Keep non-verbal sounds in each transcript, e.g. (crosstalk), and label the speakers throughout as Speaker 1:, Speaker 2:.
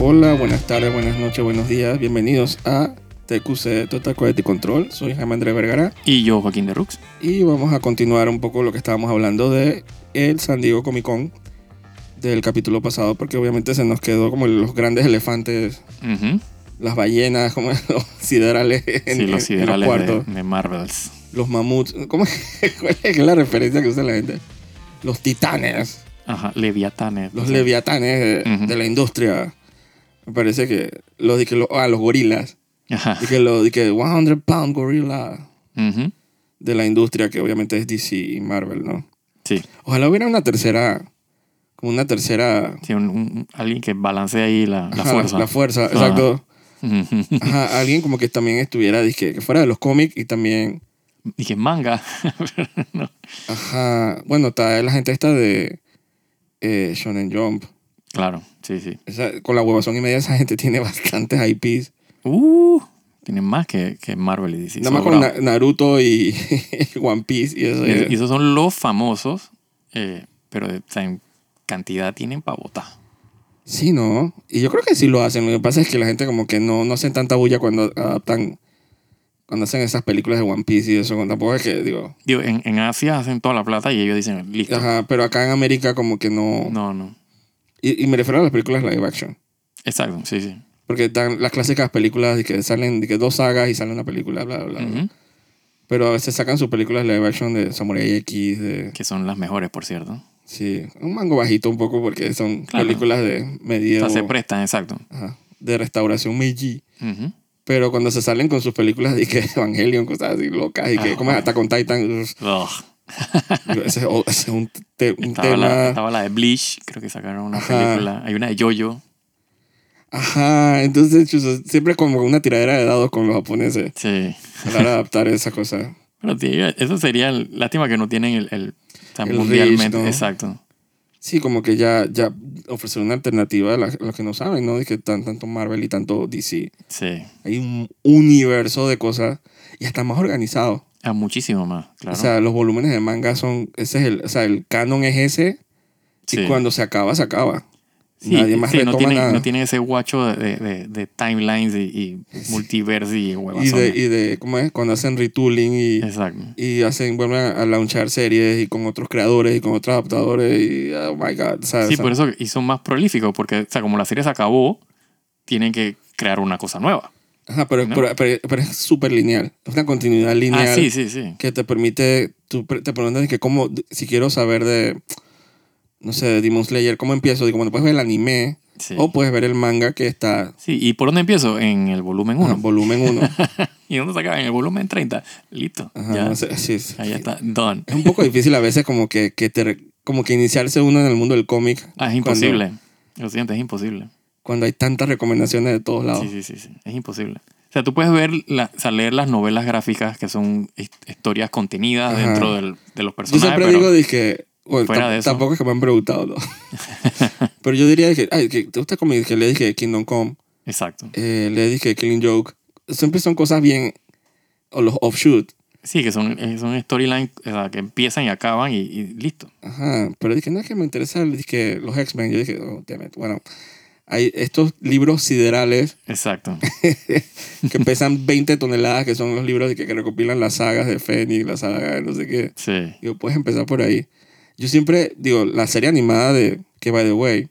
Speaker 1: Hola, buenas tardes, buenas noches, buenos días. Bienvenidos a TQC Total Quality Control. Soy Jaime Andrés Vergara
Speaker 2: Y yo, Joaquín de Rux.
Speaker 1: y vamos a continuar un poco lo que estábamos hablando de el San Diego Comic Con del capítulo pasado, porque obviamente se nos quedó como los grandes elefantes,
Speaker 2: Ujú.
Speaker 1: las ballenas, como (laughs) los siderales en,
Speaker 2: sí,
Speaker 1: en- en
Speaker 2: los siderales
Speaker 1: cuartos,
Speaker 2: de, de Marvels.
Speaker 1: los mamuts. ¿Cómo es, (laughs) cuál es la referencia que usa la gente? Los titanes.
Speaker 2: Ajá, eh, leviatanes.
Speaker 1: los leviatanes de,
Speaker 2: Ujú.
Speaker 1: de la industria. Me parece que los, de que lo- ah, los gorilas.
Speaker 2: Ajá.
Speaker 1: Y que los de que 100 pound gorila
Speaker 2: Ujú.
Speaker 1: de la industria, que obviamente es DC y Marvel, ¿no?
Speaker 2: Sí,
Speaker 1: Ojalá hubiera una tercera, como una tercera...
Speaker 2: sí un- un- alguien que balancee ahí la, la
Speaker 1: ajá,
Speaker 2: fuerza.
Speaker 1: La fuerza,
Speaker 2: Ajá.
Speaker 1: exacto.
Speaker 2: Ujú. (laughs)
Speaker 1: Ajá, alguien como que también estuviera, dizque, que fuera de los cómics y también...
Speaker 2: y que manga. (laughs) No.
Speaker 1: Ajá, bueno, está la gente esta de eh, Shonen Jump.
Speaker 2: Claro, sí, sí.
Speaker 1: Esa- con la huevazón y media esa gente (laughs) tiene bastantes IPs.
Speaker 2: Uh, tienen más que, que Marvel y DC.
Speaker 1: Nada más con eh,
Speaker 2: sobrado.
Speaker 1: Na- Naruto y (laughs) One Piece y eso.
Speaker 2: Y es- y esos son los famosos, eh, pero o sea, en cantidad tienen para botar.
Speaker 1: Sí, ¿no? Y yo creo que sí lo hacen. Lo que pasa es que la gente como que no, no hacen tanta bulla cuando adaptan, cuando hacen esas películas de One Piece y eso. Tampoco es que, digo,
Speaker 2: Digo, en, en Asia hacen toda la plata y ellos dicen, listo.
Speaker 1: ajá, pero acá en América como que no...
Speaker 2: No, no.
Speaker 1: Y, y me refiero a las películas live action.
Speaker 2: Exacto, sí, sí.
Speaker 1: Porque están las clásicas películas de que salen de que dos sagas y sale una película, bla, bla, bla.
Speaker 2: Ujú.
Speaker 1: Pero a veces sacan sus películas live action de Samurai X, de...
Speaker 2: Que son las mejores, por cierto. O
Speaker 1: Sí, un mango bajito un poco porque son
Speaker 2: Claro.
Speaker 1: películas de medievo,
Speaker 2: sea, se prestan, exacto.
Speaker 1: ajá, de restauración Meiji.
Speaker 2: Ujú.
Speaker 1: Pero cuando se salen con sus películas de que Evangelion, cosas así locas, y que
Speaker 2: Ah,
Speaker 1: como hasta con Titan, uf,
Speaker 2: Ugh.
Speaker 1: ese es o- ese es un, te- un
Speaker 2: Estaba, la,
Speaker 1: tema.
Speaker 2: estaba la de Bleach, creo que sacaron una
Speaker 1: Ajá.
Speaker 2: película. Hay una de Jojo.
Speaker 1: Ajá, entonces chuzo, siempre como una tiradera de dados con los japoneses
Speaker 2: Sí.
Speaker 1: para adaptar esa cosa.
Speaker 2: Pero sí, eso sería, el- lástima que no tienen el, el, o sea,
Speaker 1: El
Speaker 2: mundialmente.
Speaker 1: reach, ¿no?
Speaker 2: Exacto.
Speaker 1: Sí, como que ya, ya ofrecer una alternativa a, la- a los que no saben, ¿no? De que tan, tanto Marvel y tanto DC.
Speaker 2: Sí.
Speaker 1: Hay un universo de cosas y hasta más organizado.
Speaker 2: A Ah, muchísimo más, claro.
Speaker 1: O sea, los volúmenes de manga son, ese es el, o sea, el canon es ese
Speaker 2: Sí.
Speaker 1: y cuando se acaba, se acaba.
Speaker 2: Sí,
Speaker 1: Nadie más
Speaker 2: sí, no,
Speaker 1: retoma
Speaker 2: tienen,
Speaker 1: nada.
Speaker 2: no tienen ese guacho de, de- de- de timelines y, y multiverso y
Speaker 1: Y de,
Speaker 2: huevazones.
Speaker 1: y de, ¿cómo es? Cuando hacen retooling y,
Speaker 2: Exacto.
Speaker 1: y hacen, vuelven a, a launchar series y con otros creadores y con otros adaptadores y, oh my god, ¿sabes?
Speaker 2: Sí, por eso y son más prolíficos, porque o sea, como la serie se acabó, tienen que crear una cosa nueva. Ah,
Speaker 1: Ajá, pero,
Speaker 2: ¿no?
Speaker 1: pero, pero- pero es súper lineal. Es una continuidad lineal
Speaker 2: Ah, sí, sí, sí.
Speaker 1: que te permite, tú pre- te preguntas de que cómo, si quiero saber de, no sé, de Demon Slayer, ¿cómo empiezo? Digo, bueno, puedes ver el anime
Speaker 2: Sí.
Speaker 1: o puedes ver el manga que está
Speaker 2: Sí, ¿y por dónde empiezo? En el volumen
Speaker 1: en
Speaker 2: 1.
Speaker 1: volumen
Speaker 2: (laughs)
Speaker 1: 1.
Speaker 2: ¿Y dónde se acaba? En el volumen 30. Listo.
Speaker 1: Ajá,
Speaker 2: ya.
Speaker 1: no sé, sí, es-
Speaker 2: Ahí está. Done.
Speaker 1: Es un poco difícil a veces como que, que te re- como que iniciarse uno en el mundo del cómic.
Speaker 2: Ah, es
Speaker 1: cuando-
Speaker 2: imposible. Lo siento, es imposible.
Speaker 1: cuando hay tantas recomendaciones de todos lados.
Speaker 2: Sí, sí, sí, sí. Es imposible. O sea, tú puedes ver la, o sea, leer las novelas gráficas que son his- historias contenidas
Speaker 1: Ajá.
Speaker 2: dentro del- de los
Speaker 1: yo
Speaker 2: personajes.
Speaker 1: siempre
Speaker 2: pero-
Speaker 1: digo, dije, bueno,
Speaker 2: fuera
Speaker 1: tam-
Speaker 2: de eso.
Speaker 1: tampoco es que me han preguntado,
Speaker 2: (laughs)
Speaker 1: ¿no? Pero yo diría que, ay, que te gusta comer, que le dije Kingdom Come,
Speaker 2: Exacto.
Speaker 1: eh, le dije Killing Joke. Siempre son cosas bien, o los offshoot.
Speaker 2: Sí, que son, eh, son storylines o sea, que empiezan y acaban y, y listo.
Speaker 1: Ajá, pero dije, no es que me interesa, dije, los X-Men. Yo dije, oh, damn it. Bueno, hay estos libros siderales (laughs)
Speaker 2: Exacto.
Speaker 1: que pesan (laughs) 20 toneladas, que son los libros de que, que recopilan las sagas de Fénix, las sagas de no sé qué.
Speaker 2: Sí.
Speaker 1: Digo, puedes empezar por ahí. Yo siempre, digo, la serie animada de, que by the way,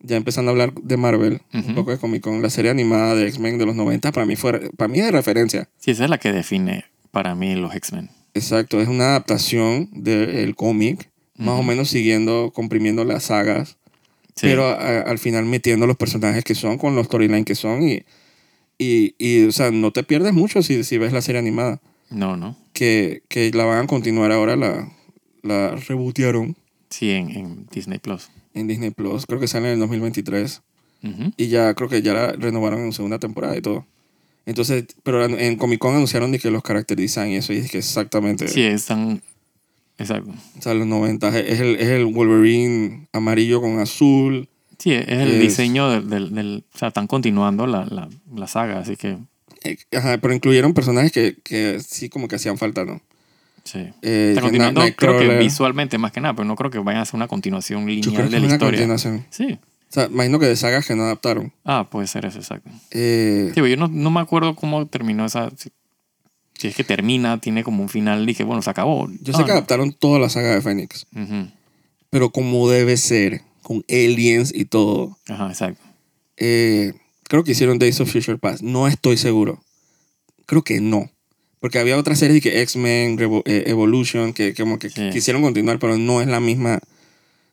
Speaker 1: ya empezando a hablar de Marvel, un
Speaker 2: Ujú.
Speaker 1: poco de Comic Con, la serie animada de X-Men de los 90, para mí, fue, para mí es de referencia.
Speaker 2: Sí, esa es la que define para mí los X-Men.
Speaker 1: Exacto, es una adaptación del cómic, más o
Speaker 2: Ujú.
Speaker 1: menos siguiendo, comprimiendo las sagas,
Speaker 2: Sí.
Speaker 1: pero a- al final metiendo los personajes que son, con los storylines que son, y, y, y, o sea, no te pierdes mucho si, si ves la serie animada,
Speaker 2: No, no.
Speaker 1: que, que la van a continuar ahora, la, la rebootearon.
Speaker 2: Sí, en, en Disney Plus.
Speaker 1: en Disney Plus. Creo que sale en el 2023.
Speaker 2: Ujú.
Speaker 1: Y ya creo que ya la renovaron en segunda temporada y todo. Entonces, pero en- en Comic Con anunciaron de que los character design y eso, y es que exactamente.
Speaker 2: Sí, están. Exacto.
Speaker 1: O sea, los 90 es el, es el Wolverine amarillo con azul.
Speaker 2: Sí, es el
Speaker 1: Es-
Speaker 2: diseño del, del, del- O sea, están continuando la, la, la saga, así que.
Speaker 1: Eh, Ajá, pero incluyeron personajes que, que sí como que hacían falta, ¿no?
Speaker 2: Sí.
Speaker 1: Eh,
Speaker 2: Está
Speaker 1: que
Speaker 2: continuando,
Speaker 1: Night-
Speaker 2: creo que
Speaker 1: Nightcrawler.
Speaker 2: visualmente más que nada, pero no creo que vayan a hacer una continuación
Speaker 1: Yo creo que
Speaker 2: lineal de
Speaker 1: es
Speaker 2: la
Speaker 1: una
Speaker 2: historia.
Speaker 1: continuación.
Speaker 2: Sí.
Speaker 1: O sea, imagino que de sagas que no adaptaron.
Speaker 2: Ah, puede ser eso, exacto.
Speaker 1: Eh,
Speaker 2: Sí, pero yo no, no me acuerdo cómo terminó esa. Si, si es que termina, tiene como un final. Dije, bueno, se acabó.
Speaker 1: yo sé
Speaker 2: Ah,
Speaker 1: que adaptaron toda la saga de Fénix,
Speaker 2: no. Ujú.
Speaker 1: pero como debe ser, con aliens y todo.
Speaker 2: Ajá, exacto.
Speaker 1: Eh, creo que hicieron Days of Future Past. No estoy seguro. Creo que no. Porque había otras series que X-Men, Revo- eh, Evolution, que como que
Speaker 2: Sí.
Speaker 1: quisieron continuar, pero no es la misma,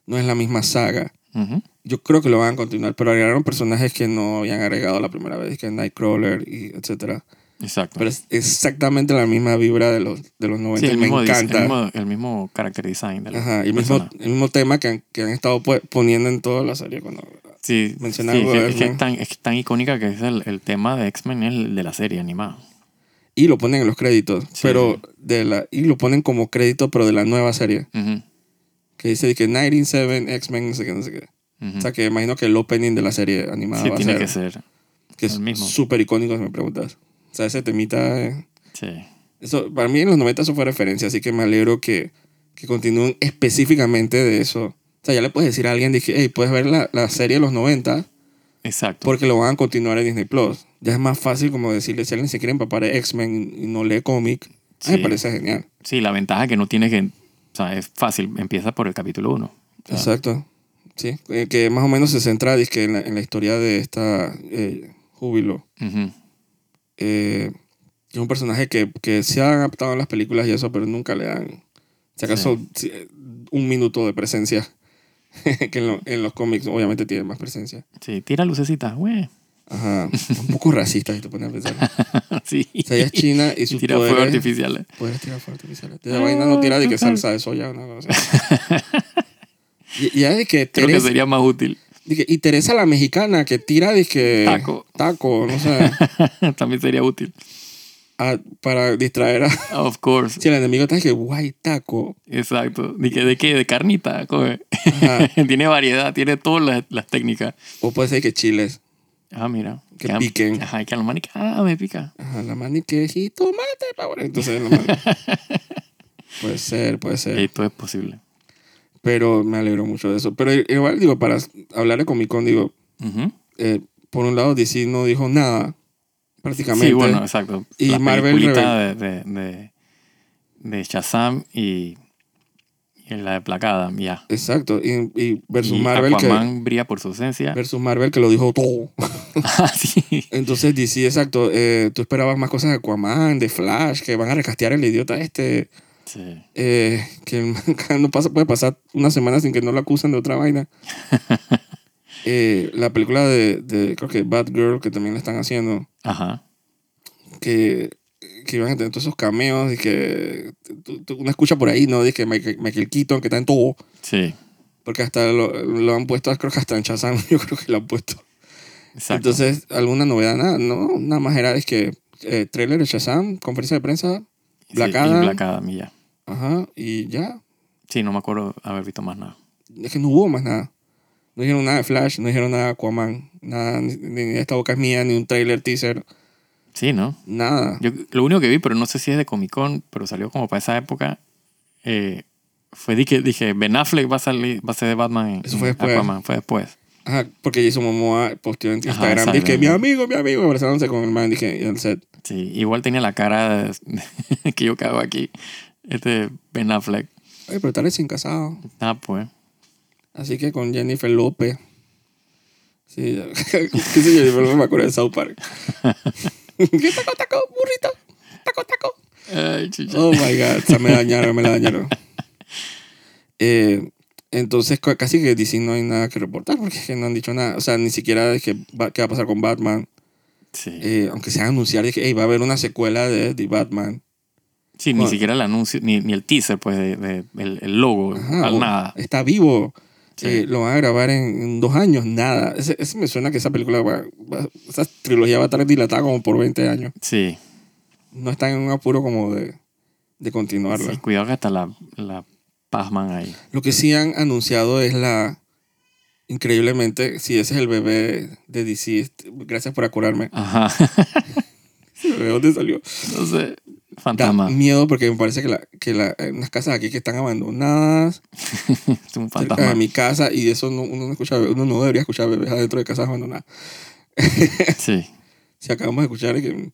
Speaker 1: no es la misma saga.
Speaker 2: Ujú.
Speaker 1: Yo creo que lo van a continuar, pero agregaron personajes que no habían agregado la primera vez, que Nightcrawler y etcétera.
Speaker 2: Exacto.
Speaker 1: Pero es exactamente la misma vibra de los, de los 90
Speaker 2: sí,
Speaker 1: y
Speaker 2: el
Speaker 1: me
Speaker 2: mismo, dis-
Speaker 1: encanta.
Speaker 2: el, mismo, el mismo character design. de la
Speaker 1: Ajá, y el mismo,
Speaker 2: persona.
Speaker 1: el mismo tema que han, que han estado pu- poniendo en toda la serie. Cuando,
Speaker 2: Sí,
Speaker 1: menciona
Speaker 2: sí,
Speaker 1: algo
Speaker 2: es que-
Speaker 1: de
Speaker 2: es, que
Speaker 1: X-Men.
Speaker 2: es tan, es tan icónica que es el, el tema de X-Men, es el de la serie animada.
Speaker 1: y lo ponen en los créditos,
Speaker 2: Sí.
Speaker 1: pero de la, y lo ponen como crédito, pero de la nueva serie.
Speaker 2: Ujú,
Speaker 1: Que dice de que 97, X-Men, no sé qué, no sé qué.
Speaker 2: ujú.
Speaker 1: O sea, que imagino que el opening de la serie animada
Speaker 2: Mm. sí,
Speaker 1: va a
Speaker 2: tiene
Speaker 1: ser,
Speaker 2: que ser.
Speaker 1: que
Speaker 2: el
Speaker 1: es
Speaker 2: mismo.
Speaker 1: súper icónico, si me preguntas. O sea, ese temita... eh,
Speaker 2: Sí.
Speaker 1: Eso, para mí en los 90 eso fue referencia, así que me alegro que, que continúen específicamente de eso. O sea, ya le puedes decir a alguien, dije, hey, puedes ver la, la serie de los 90
Speaker 2: Exacto.
Speaker 1: porque lo van a continuar en Disney Plus. Ya es más fácil como decirle, si alguien se quiere empapar de X-Men y no lee cómic, a mí
Speaker 2: Sí.
Speaker 1: me parece genial.
Speaker 2: Sí, la ventaja que no tiene que. O sea, es fácil. Empieza por el capítulo 1.
Speaker 1: Exacto. Sí, eh, que más o menos se centra dizque, en, la, en la historia de esta eh, Júbilo. Eh, es un personaje que, que se ha adaptado en las películas y eso, pero nunca le dan, si acaso, si- eh, un minuto de presencia. (laughs) que en, lo- en los cómics obviamente tiene más presencia.
Speaker 2: Sí, tira lucecitas, güey. (laughs)
Speaker 1: Ajá. Un poco racista si te pones a pensar. O
Speaker 2: sí.
Speaker 1: sea, ella es china y
Speaker 2: (laughs) Y
Speaker 1: sus
Speaker 2: tira fuego
Speaker 1: poderes...
Speaker 2: artificial. Ah.
Speaker 1: Poderes tirar fuego artificiales. De la vaina no tira de que salsa
Speaker 2: (laughs)
Speaker 1: de soya o nada. Y, y ya de que
Speaker 2: Creo que
Speaker 1: Teresa-
Speaker 2: sería más útil. (laughs)
Speaker 1: Dije, y Teresa la mexicana que tira, dije.
Speaker 2: Taco.
Speaker 1: Taco, no sé.
Speaker 2: También sería útil.
Speaker 1: a- para distraer a.
Speaker 2: Of course.
Speaker 1: Si el enemigo está, dije, guay, taco.
Speaker 2: Exacto. ¿De qué? ¿De qué? De carnita. come. (laughs)
Speaker 1: Ajá.
Speaker 2: tiene variedad, tiene todas las, las técnicas.
Speaker 1: O puede ser que chiles.
Speaker 2: Ah, mira.
Speaker 1: Que piquen.
Speaker 2: Ajá, que a lo manique- Ah, me pica.
Speaker 1: Ajá, la mani que es y tomate, pa' bueno. Entonces, la mani. Puede ser, puede
Speaker 2: Y
Speaker 1: ser.
Speaker 2: todo es posible.
Speaker 1: Pero me alegro mucho de eso. Pero igual, digo, para hablar de Comic Con, digo,
Speaker 2: Ujú.
Speaker 1: eh, por un lado, DC no dijo nada, prácticamente.
Speaker 2: Sí, bueno, exacto.
Speaker 1: Y
Speaker 2: la
Speaker 1: Marvel
Speaker 2: peliculita de, de, de, de Shazam y, y la de Placada, ya.
Speaker 1: Exacto. Y, y versus
Speaker 2: y
Speaker 1: Marvel, que,
Speaker 2: Aquaman brilla por su ausencia.
Speaker 1: versus Marvel, que lo dijo todo.
Speaker 2: (laughs) Ah, sí.
Speaker 1: Entonces, DC, exacto. eh, tú esperabas más cosas de Aquaman, de Flash, que van a recastear al idiota este.
Speaker 2: Sí.
Speaker 1: eh, que (laughs) el man no pasa, puede pasar una semana sin que no lo acusan de otra vaina. Eh, la película de, de, creo que Bad Girl, que también la están haciendo,
Speaker 2: Ajá.
Speaker 1: que, que iban a tener todos esos cameos y que tú- tú- uno escucha por ahí, ¿no? Dice que Michael, Michael Keaton, que está en todo,
Speaker 2: Sí.
Speaker 1: porque hasta lo, lo han puesto, creo que hasta en Shazam, (laughs) yo creo que lo han puesto.
Speaker 2: Exacto.
Speaker 1: Entonces, ¿alguna novedad? Nada, no, nada más era es que eh, trailer de Shazam, conferencia de prensa,
Speaker 2: Sí,
Speaker 1: Black
Speaker 2: y
Speaker 1: Adam.
Speaker 2: Black Adam, y ya.
Speaker 1: ajá, y ya.
Speaker 2: Sí, no me acuerdo haber visto más nada.
Speaker 1: Es que no hubo más nada. No dijeron nada de Flash, no dijeron nada de Aquaman, nada, ni, ni esta boca es mía, ni un trailer teaser,
Speaker 2: Sí, ¿no?
Speaker 1: nada.
Speaker 2: Yo, lo único que vi, pero no sé si es de Comic Con, pero salió como para esa época, eh, fue dije, dije, Ben Affleck va a, salir, va a ser de Batman en,
Speaker 1: Eso fue
Speaker 2: en
Speaker 1: después.
Speaker 2: Aquaman, fue después.
Speaker 1: Ajá, porque Jason Momoa posteó en
Speaker 2: Ajá,
Speaker 1: Instagram,
Speaker 2: exacto.
Speaker 1: dije, mi amigo, mi amigo, abrazándose con el man, dije, en el set.
Speaker 2: Sí, igual tenía la cara (laughs) de- que yo cago aquí, este Ben Affleck.
Speaker 1: Ay, pero tal vez sin casado.
Speaker 2: Ah, pues.
Speaker 1: Así que con Jennifer López. Sí, (laughs) ya. qué sé yo, yo me acuerdo de South Park. ¿Qué taco, taco, burrito? Taco, taco.
Speaker 2: Ay, chicha.
Speaker 1: Oh my God, o sea, me dañaron, me la dañaron. Eh, entonces, ca- casi que DC no hay nada que reportar porque es que no han dicho nada. O sea, ni siquiera de que va- qué va a pasar con Batman.
Speaker 2: Sí,
Speaker 1: Eh, aunque sea anunciar de que hey, va a haber una secuela de The Batman.
Speaker 2: sí ni
Speaker 1: bueno.
Speaker 2: siquiera el anuncio, ni, ni el teaser, pues, de, de- el, el logo,
Speaker 1: Ajá,
Speaker 2: al
Speaker 1: o-
Speaker 2: nada.
Speaker 1: Está vivo.
Speaker 2: Sí.
Speaker 1: Eh, lo van a grabar en, en dos años, nada. Ese, ese me suena que esa película, va- va- esa trilogía va a estar dilatada como por 20 años.
Speaker 2: Sí.
Speaker 1: No están en un apuro como de, de continuarla.
Speaker 2: Sí, cuidado que hasta la, la Pazman ahí.
Speaker 1: Lo que sí han anunciado es la. Increíblemente, si ese es el bebé de (laughs) DC, este, gracias por acordarme.
Speaker 2: Ajá.
Speaker 1: ¿De dónde salió?
Speaker 2: (laughs) No sé. Fantasma.
Speaker 1: Da miedo porque me parece que, la, que la, hay unas casas aquí que están abandonadas
Speaker 2: es un
Speaker 1: cerca de
Speaker 2: fantasma.
Speaker 1: mi casa y eso no- uno, no escucha, uno no debería escuchar bebés adentro de casas abandonadas. Eh.
Speaker 2: Sí.
Speaker 1: Si acabamos de escuchar, es que,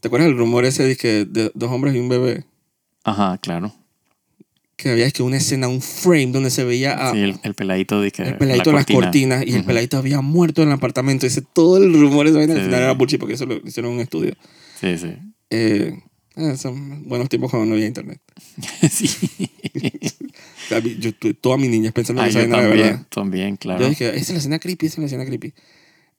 Speaker 1: ¿te acuerdas del rumor ese de, que de dos hombres y un bebé?
Speaker 2: Ajá, claro.
Speaker 1: Que había es que una escena, un frame donde se veía a,
Speaker 2: Sí, el, el peladito de que
Speaker 1: Ah. el peladito de las cortinas y el
Speaker 2: Ujú.
Speaker 1: peladito había muerto en el apartamento. Ese, todo el rumor de esa vaina al
Speaker 2: Sí.
Speaker 1: final era bullshit porque eso lo hicieron en un estudio.
Speaker 2: Sí, sí.
Speaker 1: (laughs) Eh, eh, son buenos tiempos cuando no había internet.
Speaker 2: sí.
Speaker 1: O sea, Yo tuve toda mi niñez pensando
Speaker 2: Ah,
Speaker 1: en esa
Speaker 2: yo
Speaker 1: vaina de verdad.
Speaker 2: también, también,
Speaker 1: Yo
Speaker 2: claro.
Speaker 1: dije, esa es la escena creepy, esa es la escena creepy.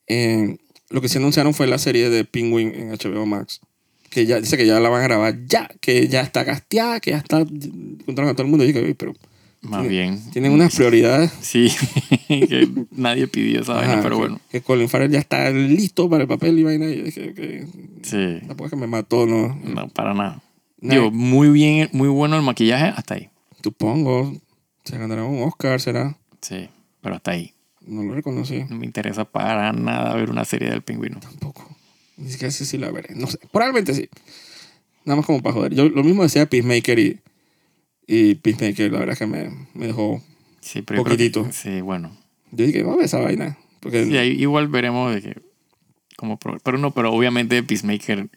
Speaker 1: Eh, lo que sí anunciaron fue la serie de Penguin en HBO Max. Que ya dice que ya la van a grabar ya, que ya está casteada, que ya está. Encontraron a todo el mundo. Y dije, "Uy, pero
Speaker 2: Más
Speaker 1: tiene-
Speaker 2: bien.
Speaker 1: tienen unas prioridades.
Speaker 2: Sí, (laughs) que nadie pidió esa vaina,
Speaker 1: Ajá,
Speaker 2: pero
Speaker 1: que-
Speaker 2: bueno.
Speaker 1: Que Colin Farrell ya está listo para el papel y vaina. Y yo dije, que
Speaker 2: Sí,
Speaker 1: tampoco es que me mató, ¿no?
Speaker 2: no, para nada.
Speaker 1: Nadie-
Speaker 2: Digo, muy bien, muy bueno el maquillaje hasta ahí.
Speaker 1: Supongo, se ganará un Oscar, será.
Speaker 2: Sí, pero hasta ahí.
Speaker 1: No lo reconocí.
Speaker 2: No me interesa para nada ver una serie del pingüino.
Speaker 1: Tampoco. Ni siquiera sé si la veré. No sé. Probablemente sí. Nada más como para joder. Yo lo mismo decía de Peacemaker y, y Peacemaker, la verdad es que me, me dejó.
Speaker 2: Sí, pero yo creo
Speaker 1: Poquitito.
Speaker 2: que- sí, bueno.
Speaker 1: Yo dije, vamos a ver esa vaina. Porque
Speaker 2: Sí, ahí igual veremos de que. Como pro- pero no, pero obviamente Peacemaker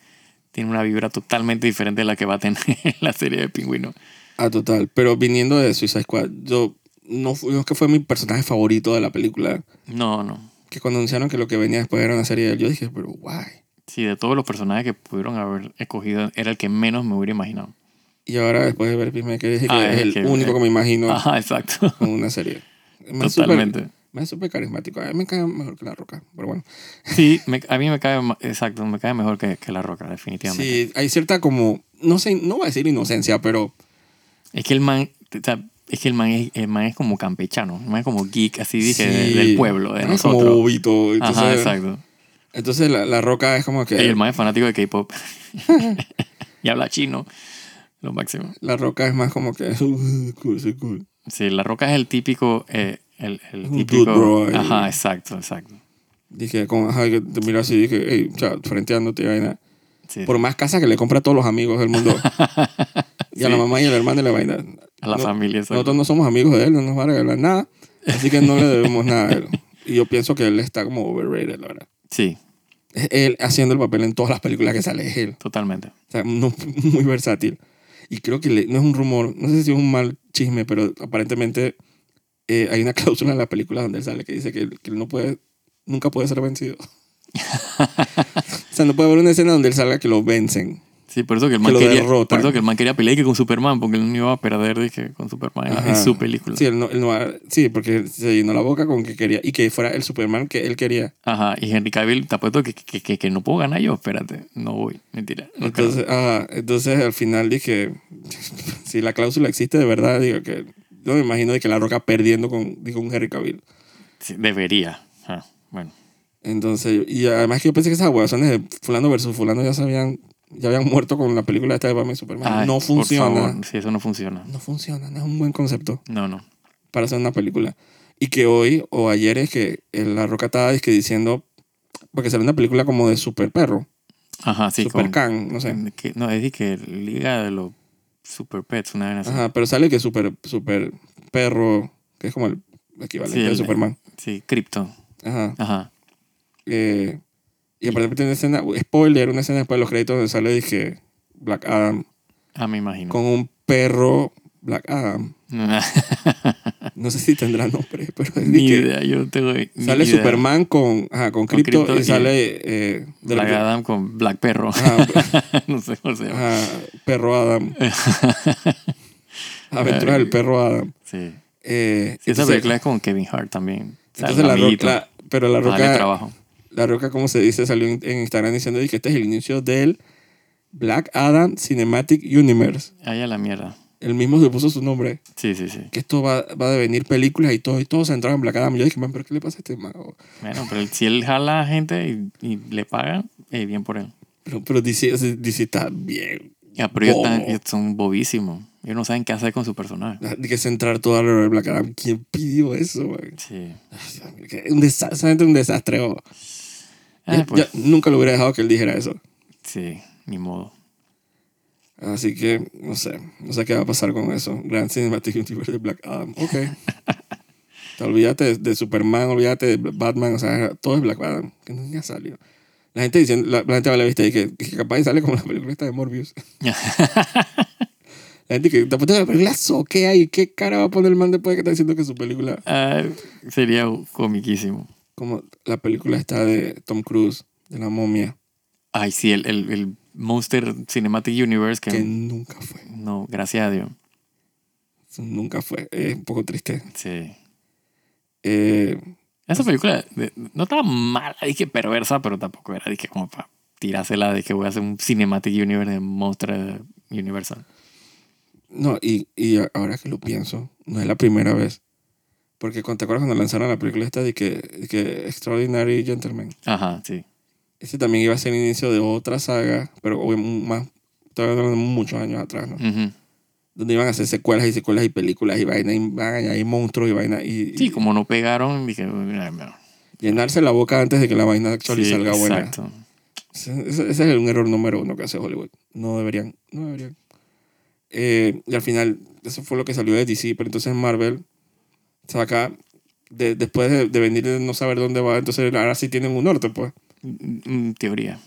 Speaker 2: tiene una vibra totalmente diferente de la que va a tener (laughs) la serie de pingüino.
Speaker 1: Ah, total. Pero viniendo de Suicide Squad, yo no, fui- no es que fue mi personaje favorito de la película.
Speaker 2: No, no.
Speaker 1: Que cuando anunciaron que lo que venía después era una serie de él, yo dije, pero guay.
Speaker 2: Sí, de todos los personajes que pudieron haber escogido, era el que menos me hubiera imaginado.
Speaker 1: Y ahora después de ver Peacemaker, dije que
Speaker 2: Ah,
Speaker 1: es
Speaker 2: es
Speaker 1: el
Speaker 2: que-
Speaker 1: único que me imagino
Speaker 2: Ajá, exacto.
Speaker 1: con una serie. (laughs) Me es súper-
Speaker 2: Totalmente.
Speaker 1: Me es súper carismático. A mí me cae mejor que La Roca. Pero bueno.
Speaker 2: Sí, me- a mí me cae, ma- exacto, me cae mejor que, que La Roca, definitivamente.
Speaker 1: Sí, hay cierta como, no sé, no voy a decir inocencia, pero
Speaker 2: Es que el man, o sea, es que el man es, el man es como campechano, el man es como geek, así dije, de-
Speaker 1: sí,
Speaker 2: del pueblo, de
Speaker 1: es
Speaker 2: nosotros.
Speaker 1: como bobito. Entonces,
Speaker 2: Ajá, exacto.
Speaker 1: entonces la, la roca es como que...
Speaker 2: Y el man es fanático de
Speaker 1: (laughs)
Speaker 2: K-pop. (laughs) y habla chino, lo máximo.
Speaker 1: La roca es más como que... "Uh, cool, soy cool.
Speaker 2: Sí, La Roca es el típico, eh, el, el
Speaker 1: Un dude
Speaker 2: típico.
Speaker 1: bro ahí.
Speaker 2: ajá, exacto, exacto.
Speaker 1: Dije, como, ajá, que te miro así, dije, hey, chao, frenteándote, vaina.
Speaker 2: Sí,
Speaker 1: Por más casa que le compra a todos los amigos del
Speaker 2: (laughs)
Speaker 1: mundo. y a la
Speaker 2: Sí.
Speaker 1: mamá y al hermano de la vaina.
Speaker 2: a la
Speaker 1: no-
Speaker 2: familia, exacto.
Speaker 1: Nosotros no somos amigos de él, no nos va a regalar nada. Así que no le debemos nada a él. Y yo pienso que él está como overrated, la verdad.
Speaker 2: Sí,
Speaker 1: Es él haciendo el papel en todas las películas que sale, es él.
Speaker 2: totalmente.
Speaker 1: O sea, no- (laughs) muy versátil. Y creo que le- no es un rumor, no sé si es un mal chisme, pero aparentemente eh, hay una (laughs) cláusula en la película donde él sale que dice que, él- que él no puede, nunca puede ser vencido. (laughs) o sea, no puede haber una escena donde él salga que lo vencen.
Speaker 2: Sí, por eso que el
Speaker 1: Que
Speaker 2: man
Speaker 1: lo
Speaker 2: quería,
Speaker 1: derrotan.
Speaker 2: por eso que el man quería pelear que con Superman, porque él no iba a perder dije, con Superman en-
Speaker 1: Ajá.
Speaker 2: en su película.
Speaker 1: Sí, él no, él no va- sí, porque se llenó la boca con que quería y que fuera el Superman que él quería.
Speaker 2: Ajá, y Henry Cavill, te apuesto que, que, que, que no puedo ganar yo, espérate, no voy, mentira. no creo.
Speaker 1: Entonces, ah, entonces al final dije, (laughs) si la cláusula existe de verdad, digo que yo me imagino de que la roca perdiendo con, digo, un Henry Cavill.
Speaker 2: Sí, debería. Ah, bueno,
Speaker 1: Entonces, y además que yo pensé que esas huevazones de fulano versus fulano ya se habían, ya habían muerto con la película esta de Batman y Superman.
Speaker 2: Ay,
Speaker 1: no
Speaker 2: por
Speaker 1: funciona.
Speaker 2: favor, sí, eso no funciona.
Speaker 1: No funciona, no es un buen concepto
Speaker 2: No, no.
Speaker 1: para hacer una película. Y que hoy o ayer es que el la roca estaba dizque diciendo, porque sale una película como de super perro,
Speaker 2: Ajá, sí,
Speaker 1: super
Speaker 2: con-
Speaker 1: can, no sé.
Speaker 2: que- no, es de que Liga de los Super Pets, una vez así.
Speaker 1: Ajá, pero sale que super, super perro, que es como el equivalente
Speaker 2: Sí,
Speaker 1: de
Speaker 2: el-
Speaker 1: Superman.
Speaker 2: Sí, Crypto.
Speaker 1: Ajá.
Speaker 2: Ajá.
Speaker 1: Eh, y aparte tiene una escena, spoiler, una escena después de los créditos donde sale dije Black Adam.
Speaker 2: Ah, me imagino. (laughs)
Speaker 1: con un perro Black Adam. No sé si tendrá nombre, (laughs) pero es
Speaker 2: ni
Speaker 1: de que
Speaker 2: idea, yo no tengo ni
Speaker 1: sale
Speaker 2: idea.
Speaker 1: Superman con, ajá, con
Speaker 2: Con
Speaker 1: Crypto
Speaker 2: Krypto
Speaker 1: y
Speaker 2: y-
Speaker 1: sale eh, de la-
Speaker 2: Black Adam con Black Perro.
Speaker 1: ajá,
Speaker 2: (laughs) no sé cómo
Speaker 1: (laughs)
Speaker 2: se llama.
Speaker 1: ajá, perro Adam. Aventura del perro Adam.
Speaker 2: Sí.
Speaker 1: Eh,
Speaker 2: Sí, esa
Speaker 1: entonces-
Speaker 2: película es con Kevin Hart también. O sea,
Speaker 1: entonces
Speaker 2: el
Speaker 1: la
Speaker 2: amiguito,
Speaker 1: roca, la- pero la
Speaker 2: para darle
Speaker 1: roca,
Speaker 2: trabajo.
Speaker 1: la roca, como se dice, salió en, en Instagram diciendo que este es el inicio del Black Adam Cinematic Universe.
Speaker 2: Ahí a la mierda.
Speaker 1: El mismo se puso su nombre.
Speaker 2: Sí, sí, sí.
Speaker 1: que esto va, va a devenir películas y todo, y todo centrado en Black Adam. Yo dije, man, ¿pero qué le pasa a este man? O-
Speaker 2: Bueno, pero si él jala a gente y, y le pagan, eh, bien por él.
Speaker 1: Pero, pero DC, es- DC está bien.
Speaker 2: Ya, pero ellos, están-
Speaker 1: Bobo.
Speaker 2: ellos son bobísimos. Ellos no saben qué hacer con su personaje.
Speaker 1: Ah, Hay que centrar todo alrededor de Black Adam. ¿Quién pidió eso, man?
Speaker 2: Ah, Sí.
Speaker 1: Ay, que Un desastre, esa gente es un desastre. oh.
Speaker 2: Ah,
Speaker 1: Ya-
Speaker 2: pues,
Speaker 1: ya nunca lo hubiera dejado que él dijera eso.
Speaker 2: Sí, ni modo.
Speaker 1: Así que no sé, no sé qué va a pasar con eso. Grand Cinematic Universe de Black Adam. Ok. O sea, olvídate de, de, Superman, olvídate de Batman, o sea, todo es Black Adam. Que no ha salido. La gente dice, la, la gente va a la vista y que, que capaz sale como la película esta de Morbius. La gente que te apuesta la película ¿qué hay? ¿Qué cara va a poner el man después de que está diciendo que su película?
Speaker 2: Uh, sería comiquísimo.
Speaker 1: Como la película está de Tom Cruise, de la momia.
Speaker 2: Ay, sí, el, el, el Monster Cinematic Universe que,
Speaker 1: que, nunca fue.
Speaker 2: No, gracias a Dios.
Speaker 1: Eso nunca fue. Es eh, un poco triste.
Speaker 2: Sí.
Speaker 1: Eh,
Speaker 2: Esa película de, no estaba mala, dije perversa, pero tampoco era, dije como para tirársela de que voy a hacer un Cinematic Universe de Monster Universal.
Speaker 1: No, y, y, ahora que lo pienso, no es la primera vez. Porque ¿te acuerdas cuando lanzaron la película esta de que, de que Extraordinary Gentleman?
Speaker 2: Ajá, sí.
Speaker 1: Ese también iba a ser el inicio de otra saga, pero más, todavía hablando muchos años atrás, ¿no? Uh
Speaker 2: -huh.
Speaker 1: Donde iban a hacer secuelas y secuelas y películas y vaina, y van a añadir monstruos y vaina. Y,
Speaker 2: sí, como no pegaron, dije, no.
Speaker 1: Llenarse la boca antes de que la vaina actual
Speaker 2: sí,
Speaker 1: salga buena.
Speaker 2: Exacto.
Speaker 1: Ese, ese, ese es un error número uno que hace Hollywood. No deberían, no deberían. Eh, y al final, eso fue lo que salió de DC. Pero entonces Marvel saca, de, después de, de, venir de no saber dónde va, entonces ahora sí tienen un norte, pues.
Speaker 2: En Mm, teoría.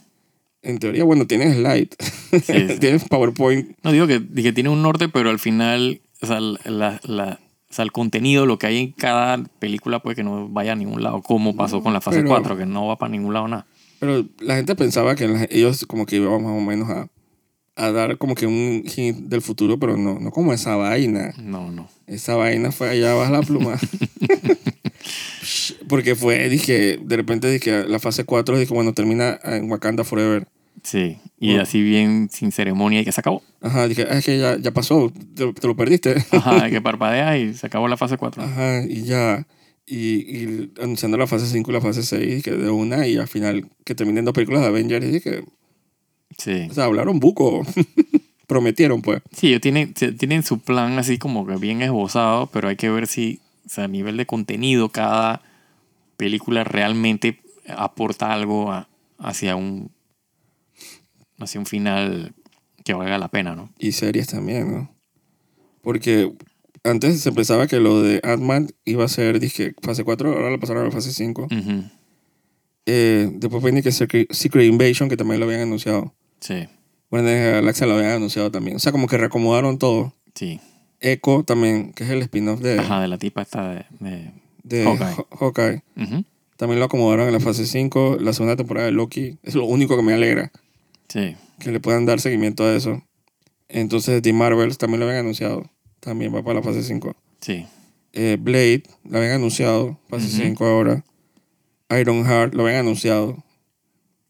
Speaker 1: En teoría, bueno, tienes slide sí, (laughs) sí. tienes PowerPoint.
Speaker 2: No digo que, que, tiene un norte, pero al final, o sea, la, la, o sea, el contenido, lo que hay en cada película, puede que no vaya a ningún lado, como pasó no, con la fase pero, 4, que no va para ningún lado nada.
Speaker 1: Pero la gente pensaba que la, ellos como que iban más o menos a a dar como que un hint del futuro, pero no, no como esa vaina.
Speaker 2: No, no.
Speaker 1: Esa vaina fue allá baja la pluma. Porque fue, dije, de repente dije, la fase 4, dije, bueno, termina en Wakanda Forever.
Speaker 2: Sí, y así bien sin ceremonia y que se acabó.
Speaker 1: Ajá, dije, "Ah, es que ya, ya pasó, te, te, lo perdiste.
Speaker 2: Ajá, que parpadea y se acabó la fase 4.
Speaker 1: Ajá, y ya. Y, y anunciando la fase 5 y la fase 6, dije, de una, y al final que terminen dos películas de Avengers, dije,
Speaker 2: Sí.
Speaker 1: O sea, hablaron buco. (laughs) Prometieron, pues.
Speaker 2: Sí, tienen, tienen su plan así como que bien esbozado, pero hay que ver si, o sea, a nivel de contenido, cada película realmente aporta algo a, hacia un hacia un final que valga la pena, ¿no?
Speaker 1: Y series también, ¿no? Porque antes se pensaba que lo de Ant-Man iba a ser, dije, fase 4, ahora lo pasaron a la fase 5. Uh
Speaker 2: -huh.
Speaker 1: eh, después viene que Secret Invasion, que también lo habían anunciado.
Speaker 2: Sí.
Speaker 1: Bueno, Galaxia lo habían anunciado también. O sea, como que reacomodaron todo.
Speaker 2: Sí.
Speaker 1: Echo también, que es el spin-off de.
Speaker 2: Ajá, de la tipa esta de.
Speaker 1: De, de Hawkeye. Hawkeye. Uh -huh. También lo acomodaron en la fase 5, la segunda temporada de Loki. Es lo único que me alegra.
Speaker 2: Sí.
Speaker 1: Que le puedan dar seguimiento a eso. Entonces, The Marvels también lo habían anunciado. También va para la fase 5.
Speaker 2: Sí.
Speaker 1: Eh, Blade, lo habían anunciado. Fase uh -huh. 5 ahora. Iron Heart, lo habían anunciado.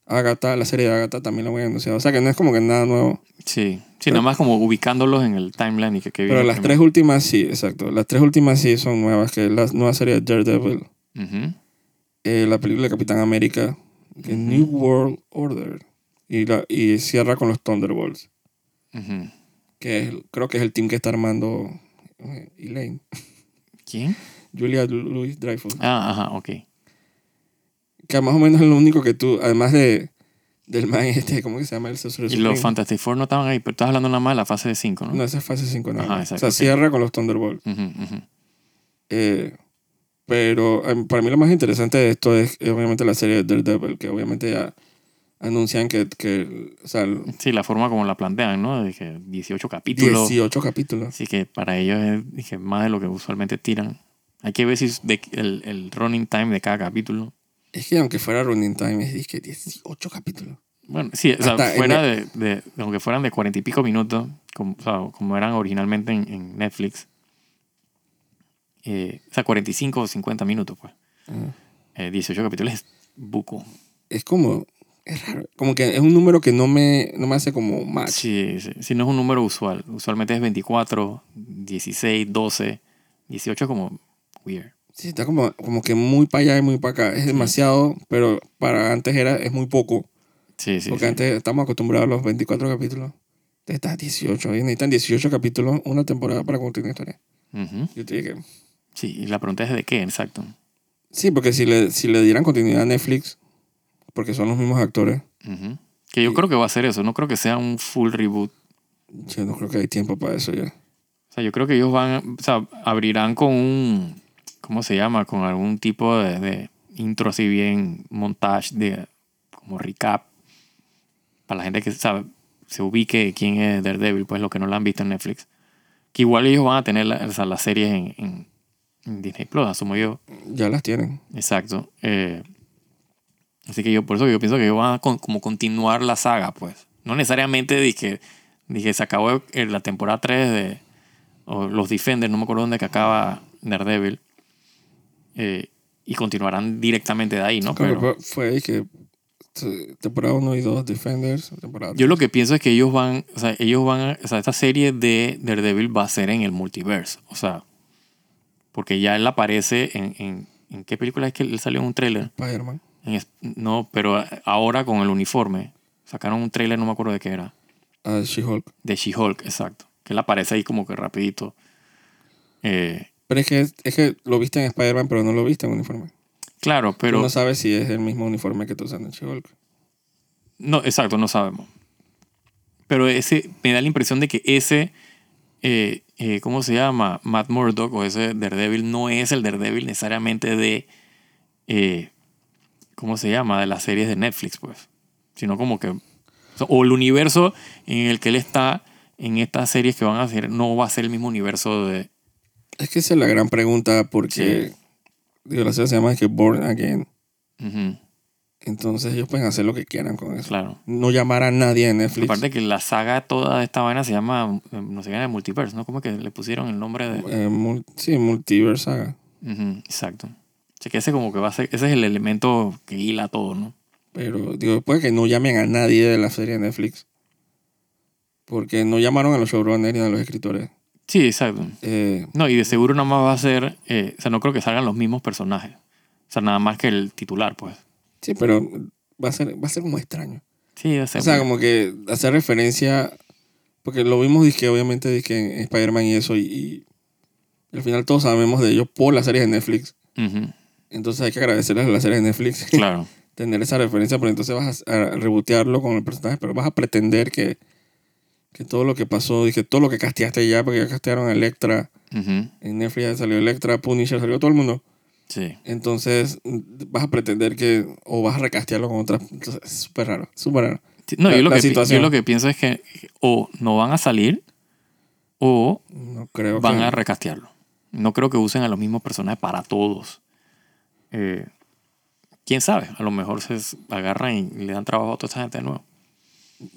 Speaker 1: Agatha, la serie de Agatha también la voy a anunciar. O sea que no es como que nada nuevo.
Speaker 2: Sí, sí, pero, nada más como ubicándolos en el timeline y que, que
Speaker 1: Pero las primero. tres últimas sí, exacto. Las tres últimas sí son nuevas, que es la nueva serie de Daredevil.
Speaker 2: Uh -huh.
Speaker 1: eh, la película de Capitán América, que uh -huh. New World Order. Y, la, y cierra con los Thunderbolts.
Speaker 2: Uh -huh.
Speaker 1: Que es, creo que es el team que está armando eh, Elaine.
Speaker 2: ¿Quién?
Speaker 1: Julia Louis Dreyfus.
Speaker 2: Ah, ajá, ok
Speaker 1: que más o menos es lo único que tú, además de del man este, ¿cómo que se llama el
Speaker 2: Sorcerer Y los Fantastic Four no estaban ahí, pero estás hablando nada más de la fase 5, ¿no?
Speaker 1: No, esa es fase 5 nada más. Ajá, o sea, cierra con los Thunderbolts.
Speaker 2: Uh -huh, uh -huh.
Speaker 1: Eh, pero eh, para mí lo más interesante de esto es eh, obviamente la serie de Daredevil, que obviamente ya anuncian que... que o sea,
Speaker 2: sí, la forma como la plantean, ¿no? De que 18 capítulos.
Speaker 1: 18 capítulos.
Speaker 2: Así que para ellos es dije, más de lo que usualmente tiran. Hay que ver si es de, el, el running time de cada capítulo.
Speaker 1: Es que aunque fuera Running Time, es que 18 capítulos.
Speaker 2: Bueno, sí, o sea, fuera el... de, de, aunque fueran de 40 y pico minutos, como, o sea, como eran originalmente en, en Netflix, eh, o sea, 45 o 50 minutos, pues. Uh -huh. eh, 18 capítulos es buco.
Speaker 1: Es como, es raro, como que es un número que no me, no me hace como más.
Speaker 2: Sí, sí, sí, no es un número usual. Usualmente es 24, 16, 12, 18 como weird.
Speaker 1: Sí, está como, como que muy para allá y muy para acá. Es demasiado, pero para antes era, es muy poco.
Speaker 2: Sí, sí.
Speaker 1: Porque
Speaker 2: sí.
Speaker 1: antes estamos acostumbrados a los 24 capítulos. Te estás 18. Y necesitan 18 capítulos, una temporada para contar una historia.
Speaker 2: Uh -huh.
Speaker 1: Yo te dije.
Speaker 2: Sí, y la pregunta es de qué, exacto.
Speaker 1: Sí, porque si le, si le dieran continuidad a Netflix, porque son los mismos actores.
Speaker 2: Uh -huh. Que yo y, creo que va a ser eso. No creo que sea un full reboot.
Speaker 1: Yo no creo que hay tiempo para eso ya.
Speaker 2: O sea, yo creo que ellos van, o sea, abrirán con un, ¿cómo se llama? Con algún tipo de, de intro así bien montage de como recap para la gente que sabe, se ubique quién es Daredevil, pues lo que no la han visto en Netflix. Que igual ellos van a tener la- o sea, las series en, en- en Disney Plus, asumo yo.
Speaker 1: Ya las tienen.
Speaker 2: Exacto. Eh, así que yo, por eso yo pienso que ellos van a con- como continuar la saga, pues. No necesariamente dije, dije se acabó eh, la temporada 3 de o los Defenders, no me acuerdo dónde que acaba Daredevil. Eh, y continuarán directamente de ahí, ¿no?
Speaker 1: Creo que
Speaker 2: Pero-
Speaker 1: fue- fue ahí que t- temporada 1 y 2, Defenders, temporada
Speaker 2: Yo lo que pienso es que ellos van, o sea, ellos van, a- o sea, esta serie de Daredevil va a ser en el multiverso, o sea, porque ya él aparece en, en, ¿en qué película es que él salió en un tráiler,
Speaker 1: Spider-Man.
Speaker 2: En es- no, pero ahora con el uniforme, sacaron un tráiler, no me acuerdo de qué era,
Speaker 1: Ah, She-Hulk.
Speaker 2: de She-Hulk, exacto, que él aparece ahí como que rapidito. Eh,
Speaker 1: Pero es que, es que lo viste en Spider-Man, pero no lo viste en uniforme.
Speaker 2: claro,
Speaker 1: Pero
Speaker 2: pero
Speaker 1: no sabes si es el mismo uniforme que tú usas en She-Hulk.
Speaker 2: No, exacto, no sabemos. Pero ese me da la impresión de que ese, eh, eh, ¿cómo se llama? Matt Murdock o ese Daredevil no es el Daredevil necesariamente de, eh, ¿cómo se llama? De las series de Netflix, pues. Sino como que, o, sea, o el universo en el que él está en estas series que van a hacer no va a ser el mismo universo de...
Speaker 1: Es que esa es la gran pregunta porque digo, la serie se llama es que Born Again.
Speaker 2: Ujú,
Speaker 1: Entonces ellos pueden hacer lo que quieran con eso.
Speaker 2: claro.
Speaker 1: No llamar a nadie en Netflix.
Speaker 2: Aparte que la saga toda de esta vaina se llama, eh, no se llama Multiverse, ¿no? Como que le pusieron el nombre de...
Speaker 1: Eh, mul- sí, Multiverse Saga.
Speaker 2: Ujú, exacto. O sea, que ese como que va a ser, ese es el elemento que hila todo, ¿no?
Speaker 1: Pero digo, puede que no llamen a nadie de la serie de Netflix. Porque no llamaron a los showrunners ni a los escritores.
Speaker 2: Sí, exacto.
Speaker 1: Eh,
Speaker 2: No, y de seguro nada más va a ser, eh, o sea, no creo que salgan los mismos personajes. O sea, nada más que el titular, pues.
Speaker 1: sí, pero va a ser, va a ser como extraño.
Speaker 2: Sí, va a ser.
Speaker 1: O sea, como que hacer referencia, porque lo vimos, que obviamente, dizque en Spider-Man y eso, y, y al final todos sabemos de ellos por las series de Netflix.
Speaker 2: Ujú,
Speaker 1: Entonces hay que agradecerles a las series de Netflix (laughs)
Speaker 2: Claro.
Speaker 1: tener esa referencia, pero entonces vas a, a rebotearlo con el personaje, pero vas a pretender que, que todo lo que pasó, dije, todo lo que casteaste ya, porque ya castearon a Electra,
Speaker 2: Ujú,
Speaker 1: en Netflix ya salió Electra, Punisher, salió todo el mundo.
Speaker 2: Sí.
Speaker 1: Entonces mm, vas a pretender que, o vas a recastearlo con otra. Entonces, es súper raro, súper raro.
Speaker 2: Sí, No,
Speaker 1: La-
Speaker 2: yo lo,
Speaker 1: la
Speaker 2: que, pi-
Speaker 1: situación.
Speaker 2: yo lo que pienso es que o no van a salir o
Speaker 1: No creo
Speaker 2: van
Speaker 1: que...
Speaker 2: a recastearlo. No creo que usen a los mismos personajes para todos. Eh, ¿Quién sabe? A lo mejor se s- agarran y le dan trabajo a toda esta gente de nuevo.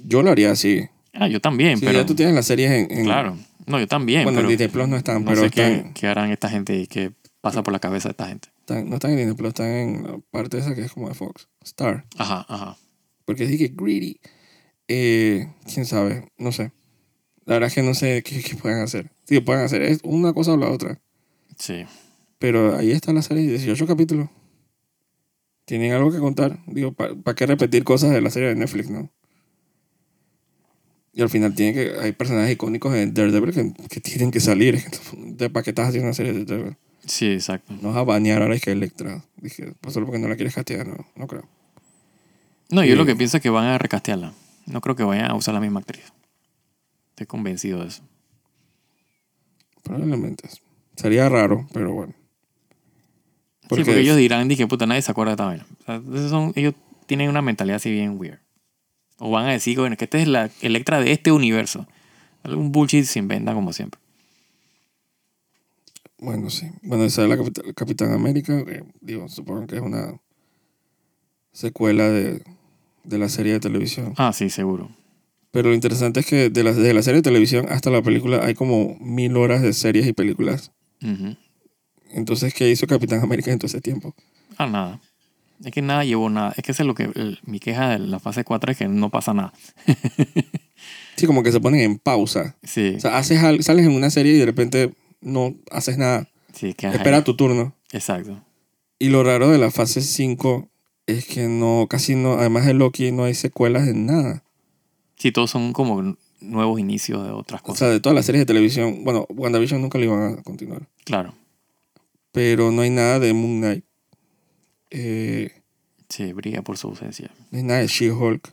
Speaker 1: Yo lo haría así.
Speaker 2: Ah, yo también,
Speaker 1: Sí,
Speaker 2: pero...
Speaker 1: ya tú tienes las series en. en-
Speaker 2: Claro. No, yo también.
Speaker 1: Bueno, en
Speaker 2: pero
Speaker 1: Disney Plus no están,
Speaker 2: no
Speaker 1: pero
Speaker 2: sé
Speaker 1: están,
Speaker 2: qué, qué harán esta gente y qué pasa por la cabeza de esta gente.
Speaker 1: están- No están en Disney Plus, están en la parte esa que es como de Fox. Star.
Speaker 2: Ajá, ajá.
Speaker 1: Porque dije greedy. Eh, Quién sabe, no sé. La verdad es que no sé qué, qué pueden hacer. Sí, pueden hacer es una cosa o la otra.
Speaker 2: Sí.
Speaker 1: Pero ahí está la serie, 18 capítulos. Tienen algo que contar. Digo, ¿para qué repetir cosas de la serie de Netflix, no? Y al final tiene que, hay personajes icónicos en Daredevil que, que tienen que salir. (laughs) ¿De ¿Para qué estás haciendo una serie de Daredevil?
Speaker 2: Sí, exacto.
Speaker 1: No vas a banear ahora es que Electra. Dije, pues solo porque no la quieres castear, no, no creo.
Speaker 2: No, yo
Speaker 1: Sí.
Speaker 2: lo que pienso es que van a recastearla. No creo que vayan a usar la misma actriz. Estoy convencido de eso.
Speaker 1: Probablemente. Sería raro, pero bueno.
Speaker 2: sí, porque ellos dirán que puta, nadie se acuerda de esta vaina. O sea, esos son- ellos tienen una mentalidad así bien weird. O van a decir, bueno, que esta es la Electra de este universo. Algún bullshit se inventa como siempre.
Speaker 1: Bueno, sí. Bueno, esa es la Capit- Capitán América. que, digo, supongo que es una secuela de, de la serie de televisión.
Speaker 2: Ah, sí, seguro.
Speaker 1: Pero lo interesante es que de la, de la serie de televisión hasta la película hay como mil horas de series y películas.
Speaker 2: Ujú.
Speaker 1: Entonces, ¿qué hizo Capitán América en todo ese tiempo?
Speaker 2: Ah, nada. Es que nada llevó nada. Es que eso es lo que el- mi queja de la fase 4 es que no pasa nada.
Speaker 1: Sí, como que se ponen en pausa.
Speaker 2: Sí,
Speaker 1: O sea, haces, al- sales en una serie y de repente no haces nada.
Speaker 2: sí, que ajá,
Speaker 1: Espera tu turno.
Speaker 2: Exacto.
Speaker 1: Y lo raro de la fase 5 es que no, casi no, además de Loki, no hay secuelas en nada.
Speaker 2: Sí, todos son como n- nuevos inicios de otras
Speaker 1: O
Speaker 2: cosas.
Speaker 1: sea, de todas las series de televisión, bueno, WandaVision nunca lo iban a continuar.
Speaker 2: claro.
Speaker 1: Pero no hay nada de Moon Knight. Eh,
Speaker 2: Sí, brilla por su ausencia.
Speaker 1: no hay nada de She-Hulk.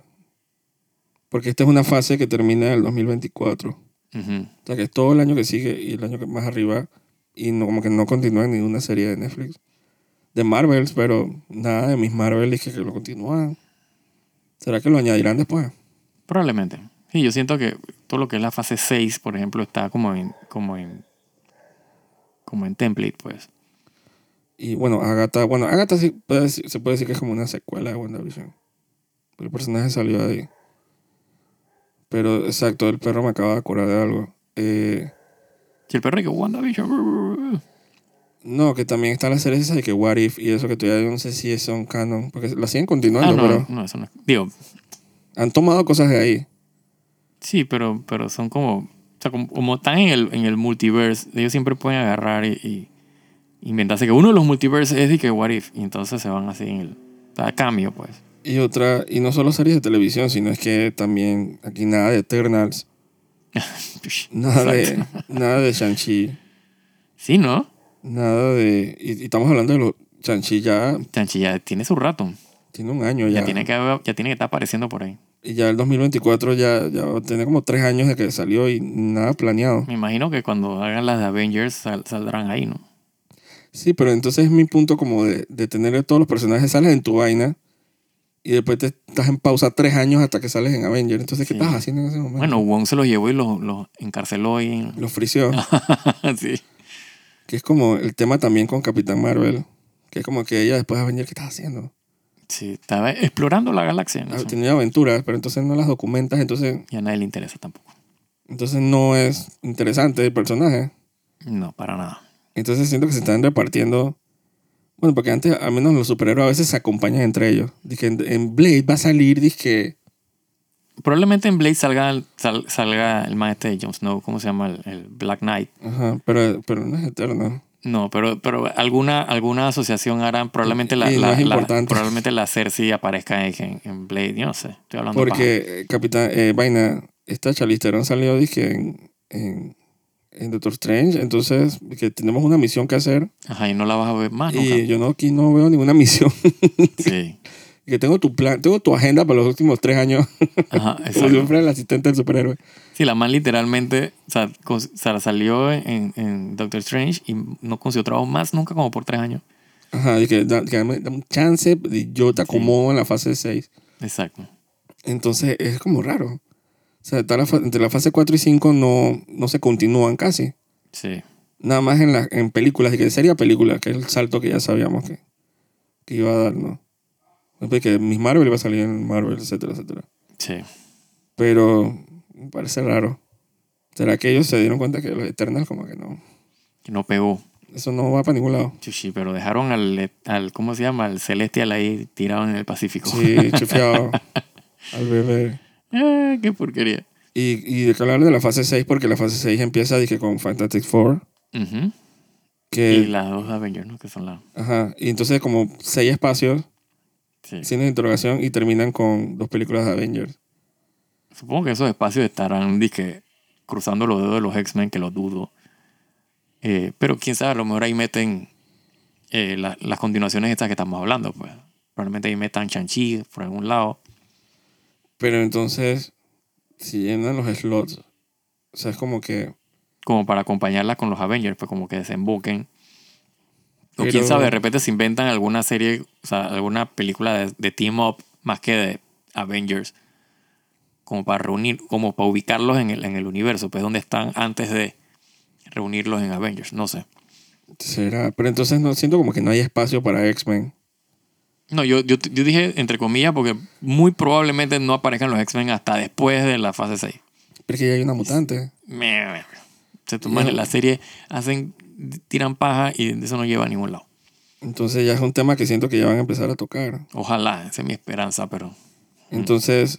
Speaker 1: Porque esta es una fase que termina en el 2024.
Speaker 2: Ujú.
Speaker 1: O sea, que es todo el año que sigue y el año que más arriba. Y no, como que no continúa en ninguna serie de Netflix. De Marvels, pero nada de mis Marvels que, que lo continúan. ¿Será que lo añadirán después?
Speaker 2: Probablemente. Sí, yo siento que todo lo que es la fase 6, por ejemplo, está como en, como en, como en template, pues.
Speaker 1: Y bueno, Agatha, bueno, Agatha sí puede decir- se puede decir que es como una secuela de WandaVision. Porque el personaje salió de ahí. Pero exacto, el perro me acaba de acordar de algo. Eh,
Speaker 2: Si el perro que WandaVision.
Speaker 1: no, que también está la serie esa de que What If y eso que todavía no sé si son canon. Porque la siguen
Speaker 2: Ah,
Speaker 1: continuando,
Speaker 2: no,
Speaker 1: pero
Speaker 2: no, eso no. Digo,
Speaker 1: han tomado cosas de ahí.
Speaker 2: sí, pero, pero son como. O sea, como, como están en el, en el multiverse, ellos siempre pueden agarrar y, y inventarse que uno de los multiverses es de que What If. Y entonces se van así en el. A cambio, pues.
Speaker 1: Y otra, y no solo series de televisión, sino es que también aquí nada de Eternals, nada de, (laughs) nada de Shang-Chi,
Speaker 2: Sí, ¿no?
Speaker 1: nada de. Y, y estamos hablando de los. Shang-Chi ya
Speaker 2: Chanchi ya tiene su rato.
Speaker 1: tiene un año
Speaker 2: Ya,
Speaker 1: ya.
Speaker 2: tiene que, haber- ya tiene que estar apareciendo por ahí.
Speaker 1: Y ya el 2024 ya, ya va a tener como tres años de que salió y nada planeado.
Speaker 2: Me imagino que cuando hagan las de Avengers sal- saldrán ahí, ¿no?
Speaker 1: Sí, pero entonces es mi punto como de, de tener a todos los personajes, sales en tu vaina y después te estás en pausa tres años hasta que sales en Avengers. Entonces, ¿qué
Speaker 2: Sí.
Speaker 1: estás haciendo en ese momento?
Speaker 2: Bueno, Wong se los llevó y los, los encarceló ahí. en-
Speaker 1: Los friseó.
Speaker 2: Ah. (laughs) sí.
Speaker 1: Que es como el tema también con Capitán Marvel. Que es como que ella después de Avengers, ¿qué estás haciendo?
Speaker 2: Sí, estaba explorando la galaxia. en
Speaker 1: Ah,
Speaker 2: eso.
Speaker 1: Tenía aventuras, pero entonces no las documentas, entonces,
Speaker 2: Y a nadie le interesa tampoco.
Speaker 1: entonces no es interesante el personaje.
Speaker 2: No, para nada.
Speaker 1: Entonces siento que se están repartiendo. Bueno, porque antes, al menos los superhéroes a veces se acompañan entre ellos. Dije, en, en Blade va a salir, dije,
Speaker 2: Probablemente en Blade salga, el- sal- salga el maestro de Jon Snow, ¿cómo se llama? El, el Black Knight.
Speaker 1: ajá, pero, pero no es eterno.
Speaker 2: No, pero, pero alguna, alguna asociación harán. Probablemente la,
Speaker 1: Y no
Speaker 2: la-
Speaker 1: es
Speaker 2: la-
Speaker 1: importante.
Speaker 2: probablemente la Cersei aparezca en, en- en Blade. Yo Ah, no sé. Estoy hablando paja.
Speaker 1: Porque eh, Capitán, eh, vaina, esta Chalisterón salió, dije, en, en, en Doctor Strange. Entonces, que tenemos una misión que hacer.
Speaker 2: Ajá, y Ah, no la vas a ver más nunca.
Speaker 1: Y yo no, aquí no veo ninguna (laughs) misión.
Speaker 2: Sí.
Speaker 1: que tengo tu plan, tengo tu agenda para los últimos tres años. (laughs)
Speaker 2: Ajá,
Speaker 1: Como si
Speaker 2: exacto.
Speaker 1: yo fuera el asistente del superhéroe.
Speaker 2: Sí, la man literalmente o sea, cons- o sea, salió en, en Doctor Strange y no consiguió trabajo más nunca como por tres años.
Speaker 1: Ajá, y que, da- que dame, dame un chance, y yo te acomodo en la fase 6.
Speaker 2: Exacto.
Speaker 1: Entonces es como raro. O sea, está la fa- entre la fase 4 y 5 no, no se continúan casi.
Speaker 2: Sí.
Speaker 1: Nada más en, la, en películas, y que sería película, que es el salto que ya sabíamos que, que iba a dar, ¿no? Después que Miss Marvel iba a salir en Marvel, etcétera, etcétera.
Speaker 2: Sí.
Speaker 1: Pero me parece raro. ¿Será que ellos se dieron cuenta que los Eternals como que no?
Speaker 2: Que No pegó.
Speaker 1: Eso no va para ningún lado.
Speaker 2: Chuchi, pero dejaron al, al, ¿cómo se llama? Al Celestial ahí tirado en el Pacífico. (laughs)
Speaker 1: Sí, chufiado al bebé.
Speaker 2: Ah, qué porquería.
Speaker 1: Y, y de que hablar de la fase 6, porque la fase 6 empieza dije, con Fantastic Four.
Speaker 2: Ujú.
Speaker 1: Que,
Speaker 2: Y las dos Avengers, ¿no? Que son las...
Speaker 1: Ajá. Y entonces como seis espacios,
Speaker 2: Sí.
Speaker 1: sin interrogación, y terminan con dos películas de Avengers.
Speaker 2: Supongo que esos espacios estarán, dije, cruzando los dedos de los X-Men, que lo dudo. Eh, pero quién sabe, a lo mejor ahí meten eh, la- las continuaciones estas que estamos hablando, pues. Probablemente ahí metan Chanchi por algún lado.
Speaker 1: Pero entonces, si llenan los slots, o sea, es como que...
Speaker 2: como para acompañarla con los Avengers, pues como que desemboquen. O
Speaker 1: Pero-
Speaker 2: quién sabe, de repente se inventan alguna serie, o sea, alguna película de, de Team Up más que de Avengers, como para reunir, como para ubicarlos en el, en el universo, pues donde están antes de reunirlos en Avengers, no sé.
Speaker 1: Será, pero entonces no siento como que no hay espacio para X-Men.
Speaker 2: No, yo, yo, yo dije entre comillas porque muy probablemente no aparezcan los X-Men hasta después de la fase 6.
Speaker 1: Pero es que ya hay una mutante.
Speaker 2: Meh, meh. Se toman
Speaker 1: Ya.
Speaker 2: la serie, hacen, tiran paja y eso no lleva a ningún lado.
Speaker 1: Entonces ya es un tema que siento que ya van a empezar a tocar.
Speaker 2: Ojalá, esa es mi esperanza, pero
Speaker 1: Entonces,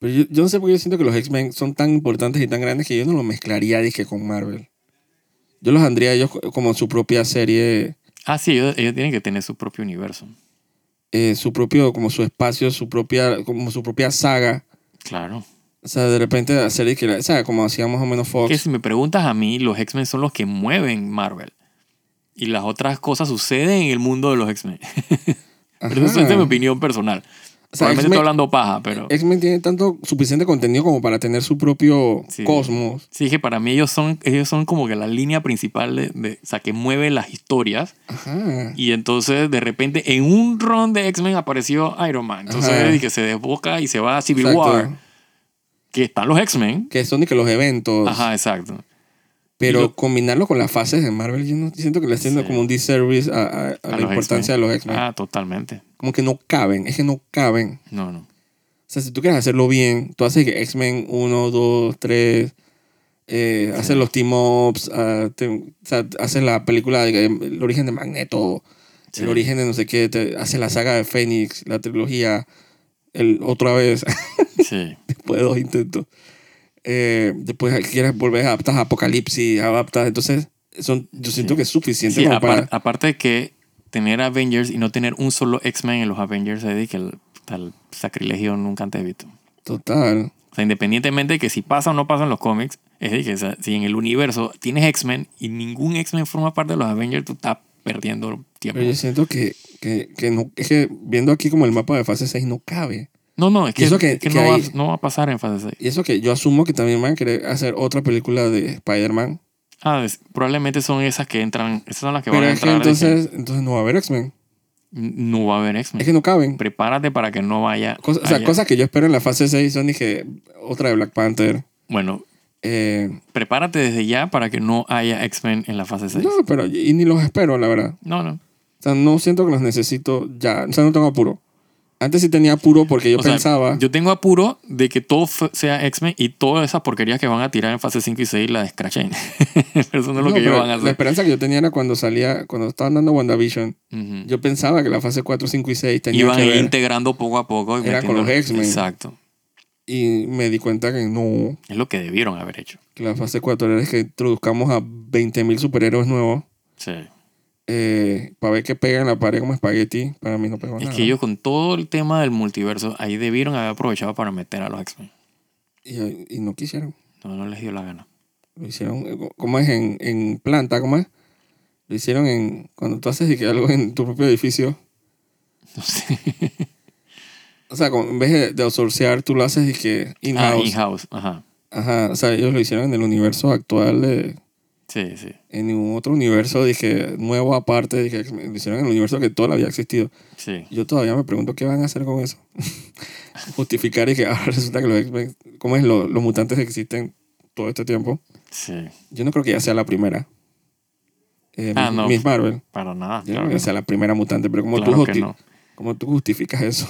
Speaker 1: pero yo, yo no sé por qué yo siento que los X-Men son tan importantes y tan grandes que yo no los mezclaría, dije, con Marvel. Yo los andría ellos co- como su propia serie,
Speaker 2: Ah, sí, ellos, ellos tienen que tener su propio universo.
Speaker 1: eh, su propio, como su espacio, su propia, como su propia saga.
Speaker 2: Claro.
Speaker 1: O sea, de repente hacer dije, la saga, como hacía más o menos
Speaker 2: Que
Speaker 1: Fox.
Speaker 2: si me preguntas a mí, los X-Men son los que mueven Marvel. Y las otras cosas suceden en el mundo de los X-Men. (laughs) Pero eso es de mi
Speaker 1: Ajá.
Speaker 2: opinión personal. O sea, Realmente estoy hablando paja, pero.
Speaker 1: X-Men tiene tanto suficiente contenido como para tener su propio
Speaker 2: Sí.
Speaker 1: cosmos.
Speaker 2: Sí, que para mí ellos son, ellos son como que la línea principal de, de- O sea, que mueve las historias.
Speaker 1: Ajá.
Speaker 2: Y entonces, de repente, en un ron de X-Men apareció Iron Man.
Speaker 1: Ajá.
Speaker 2: Entonces, y que se desboca y se va a Civil
Speaker 1: Exacto.
Speaker 2: War. Que están los X-Men.
Speaker 1: Que son de que los eventos.
Speaker 2: Ajá, exacto.
Speaker 1: Pero
Speaker 2: Y lo-
Speaker 1: combinarlo con las fases de Marvel, yo no siento que le estén
Speaker 2: Sí.
Speaker 1: haciendo como un disservice a, a- a la
Speaker 2: los
Speaker 1: importancia de los X-Men.
Speaker 2: Ah, totalmente.
Speaker 1: Como que no caben, es que no caben.
Speaker 2: No, no.
Speaker 1: O sea, si tú quieres hacerlo bien, tú haces que X-Men 1, 2, 3, eh, haces los team-ups, ah, te- o sea, haces la película, de, el origen de Magneto,
Speaker 2: Sí.
Speaker 1: el origen de no sé qué, te- haces la saga de Fénix, la trilogía, el, otra vez, (laughs)
Speaker 2: Sí.
Speaker 1: después de dos intentos. Eh, después quieres volver, adaptas a Apocalipsis, adaptas, entonces son, yo siento
Speaker 2: Sí.
Speaker 1: que es suficiente
Speaker 2: Sí,
Speaker 1: como para...
Speaker 2: apar- aparte de que tener Avengers y no tener un solo X-Men en los Avengers es de que el, tal sacrilegio nunca antes visto.
Speaker 1: Total.
Speaker 2: O sea, independientemente de que si pasa o no pasa en los cómics, es de que o sea, si en el universo tienes X-Men y ningún X-Men forma parte de los Avengers, tú estás perdiendo tiempo.
Speaker 1: Pero yo siento que, que, que no, es que viendo aquí como el mapa de fase 6 no cabe.
Speaker 2: No, no, es que,
Speaker 1: Eso que-
Speaker 2: es que
Speaker 1: que
Speaker 2: no, va,
Speaker 1: ahí-
Speaker 2: no va a pasar en fase 6.
Speaker 1: Y eso que yo asumo que también van a querer hacer otra película de Spider-Man.
Speaker 2: Ah, es- probablemente son esas que entran, esas son las que
Speaker 1: Pero
Speaker 2: van a
Speaker 1: es que
Speaker 2: entrar. de que
Speaker 1: entonces, entonces no va a haber X-Men.
Speaker 2: no va a haber X-Men.
Speaker 1: Es que no caben.
Speaker 2: Prepárate para que no vaya.
Speaker 1: Cosa- o sea,
Speaker 2: haya-
Speaker 1: cosas que yo espero en la fase 6 son dije, otra de Black Panther.
Speaker 2: Bueno,
Speaker 1: Eh,
Speaker 2: prepárate desde ya para que no haya X-Men en la fase 6.
Speaker 1: no, pero y ni los espero, la verdad.
Speaker 2: No, no.
Speaker 1: O sea, no siento que los necesito ya. O sea, no tengo apuro. Antes sí tenía apuro porque yo
Speaker 2: O sea,
Speaker 1: pensaba.
Speaker 2: yo tengo apuro de que todo fe- sea X-Men y todas esas porquerías que van a tirar en fase 5 y 6 la descrachen. (laughs) Pero eso no es lo
Speaker 1: No,
Speaker 2: que ellos
Speaker 1: pero
Speaker 2: van
Speaker 1: La
Speaker 2: a hacer.
Speaker 1: esperanza que yo tenía era cuando salía, cuando estaban dando WandaVision.
Speaker 2: Ujú.
Speaker 1: Yo pensaba que la fase 4, 5 y 6 tenía
Speaker 2: Iban
Speaker 1: que
Speaker 2: a ir
Speaker 1: ver.
Speaker 2: integrando poco a poco. y
Speaker 1: Era con los X-Men.
Speaker 2: Exacto.
Speaker 1: Y me di cuenta que no.
Speaker 2: Es lo que debieron haber hecho.
Speaker 1: que la fase 4 era que introduzcamos a 20.000 superhéroes nuevos
Speaker 2: Sí.
Speaker 1: para ver qué pegan en la pared como espagueti. Para mí no pegó
Speaker 2: Es
Speaker 1: nada.
Speaker 2: que ellos con todo el tema del multiverso, ahí debieron haber aprovechado para meter a los X-Men.
Speaker 1: Y, y no quisieron.
Speaker 2: No, no les dio la gana. (laughs)
Speaker 1: Lo hicieron, eh, ¿cómo es? En, en planta, ¿cómo es? Lo hicieron en, cuando tú haces y que algo en tu propio edificio.
Speaker 2: No sé.
Speaker 1: O sea, como en vez de, de outsourcear, tú lo haces y que
Speaker 2: Ah,
Speaker 1: in-house.
Speaker 2: in-house. Ajá.
Speaker 1: Ajá, o sea, ellos lo hicieron en el universo actual de-
Speaker 2: Sí, sí.
Speaker 1: en ningún otro universo, dije, nuevo aparte, dije, lo hicieron en el universo que todavía había existido.
Speaker 2: Sí.
Speaker 1: Yo todavía me pregunto qué van a hacer con eso. (laughs) Justificar y que (laughs) ahora resulta que los X-Men, ¿cómo es? Lo- los mutantes existen todo este tiempo.
Speaker 2: Sí.
Speaker 1: Yo no creo que ya sea la primera. Eh,
Speaker 2: Ah,
Speaker 1: Miss-
Speaker 2: no.
Speaker 1: Miss Marvel.
Speaker 2: Para nada.
Speaker 1: Yo no
Speaker 2: claro
Speaker 1: creo
Speaker 2: que
Speaker 1: que sea la primera mutante, pero ¿cómo,
Speaker 2: Claro
Speaker 1: tú,
Speaker 2: que
Speaker 1: justi-
Speaker 2: no.
Speaker 1: cómo tú justificas eso?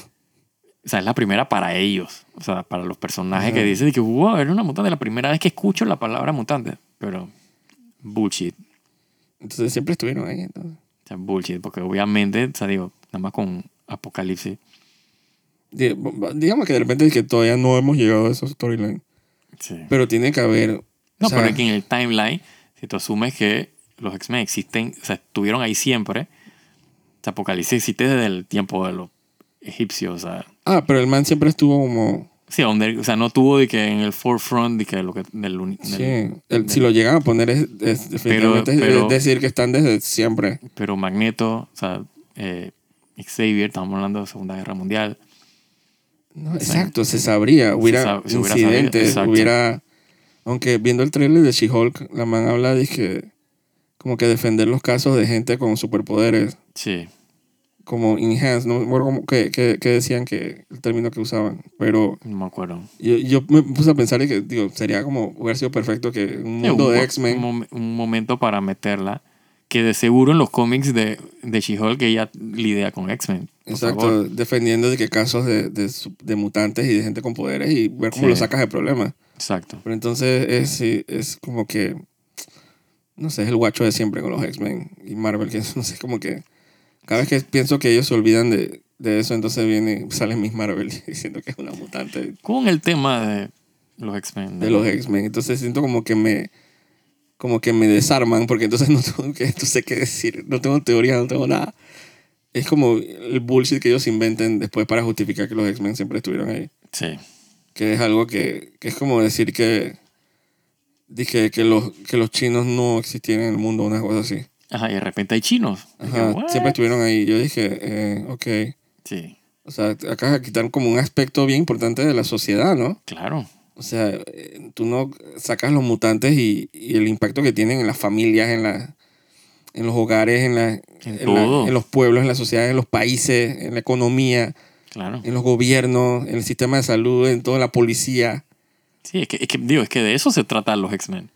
Speaker 2: O sea, es la primera para ellos. O sea, para los personajes
Speaker 1: Ajá.
Speaker 2: que dicen que, wow, era una mutante. La primera vez que escucho la palabra mutante. Pero, bullshit.
Speaker 1: Entonces siempre estuvieron ahí. Entonces.
Speaker 2: O sea, bullshit. Porque obviamente, o sea, digo, nada más con Apocalipsis.
Speaker 1: Di- Digamos que de repente es que todavía no hemos llegado a esos storylines.
Speaker 2: Sí.
Speaker 1: Pero tiene que haber... o
Speaker 2: no,
Speaker 1: sea,
Speaker 2: pero es que en el timeline, si tú asumes que los X-Men existen, o sea, estuvieron ahí siempre. O sea, Apocalipsis existe desde el tiempo de los egipcios. O sea,
Speaker 1: Ah, pero el man siempre estuvo como...
Speaker 2: sí, donde- o sea no tuvo de que en el forefront de que lo que del, uni- del-
Speaker 1: sí, el- si lo llegan a poner es, es- definitivamente es-
Speaker 2: pero-
Speaker 1: es decir que están desde siempre.
Speaker 2: pero Magneto, o sea, eh, Xavier, estamos hablando de Segunda Guerra Mundial.
Speaker 1: No,
Speaker 2: sea,
Speaker 1: exacto, se sabría. Hubiera
Speaker 2: sab- se hubiera sabido,
Speaker 1: incidentes,
Speaker 2: exacto.
Speaker 1: hubiera... Aunque viendo el trailer de She-Hulk, la man habla de que... Como que defender los casos de gente con superpoderes.
Speaker 2: Sí,
Speaker 1: Como enhanced, no me acuerdo cómo- qué, qué- qué decían que... El término que usaban. Pero
Speaker 2: no me acuerdo.
Speaker 1: yo, yo me puse a pensar y que, digo, sería como... Hubiera sido perfecto que un mundo
Speaker 2: Sí, Eh, un
Speaker 1: de
Speaker 2: mo- Un,
Speaker 1: X-Men...
Speaker 2: mom- un momento para meterla. Que de seguro en los cómics de, de She-Hulk ella lidia con X-Men. por favor.
Speaker 1: Exacto, defendiendo de que casos de, de, su- de mutantes y de gente con poderes y ver cómo
Speaker 2: Sí.
Speaker 1: lo sacas de problemas.
Speaker 2: Exacto.
Speaker 1: Pero entonces es, sí, es como que. No sé, es el guacho de siempre con los X-Men y Marvel, que (laughs) es, no sé, como que. Cada vez que pienso que ellos se olvidan de, de eso, entonces viene, sale Miss Marvel (laughs) diciendo que es una mutante
Speaker 2: Con el tema de los X-Men.
Speaker 1: de los X-Men. Entonces siento como que me. Como que me desarman, porque entonces (laughs) no tengo que, no sé qué decir, no tengo teoría, no tengo nada. Es como el bullshit que ellos inventen después para justificar que los X-Men siempre estuvieron ahí.
Speaker 2: Sí.
Speaker 1: que es algo que, que es como decir que dije que los que los chinos no existían en el mundo una cosa así
Speaker 2: Ajá, y de repente hay chinos.
Speaker 1: Ajá,
Speaker 2: Dije, "What?"
Speaker 1: siempre estuvieron ahí yo dije eh, ok
Speaker 2: Sí.
Speaker 1: o O sea, acá de quitar como un aspecto bien importante de la sociedad, ¿no?
Speaker 2: Claro.
Speaker 1: O sea, eh, tú no sacas los mutantes y, y el impacto que tienen en las familias, en, la, en los hogares, en, la,
Speaker 2: En
Speaker 1: la-
Speaker 2: todo.
Speaker 1: en los pueblos, en la sociedad, en los países, en la economía,
Speaker 2: Claro.
Speaker 1: en los gobiernos, en el sistema de salud, en toda la policía.
Speaker 2: Sí, es que, es que, digo, es que de eso se tratan los X-Men.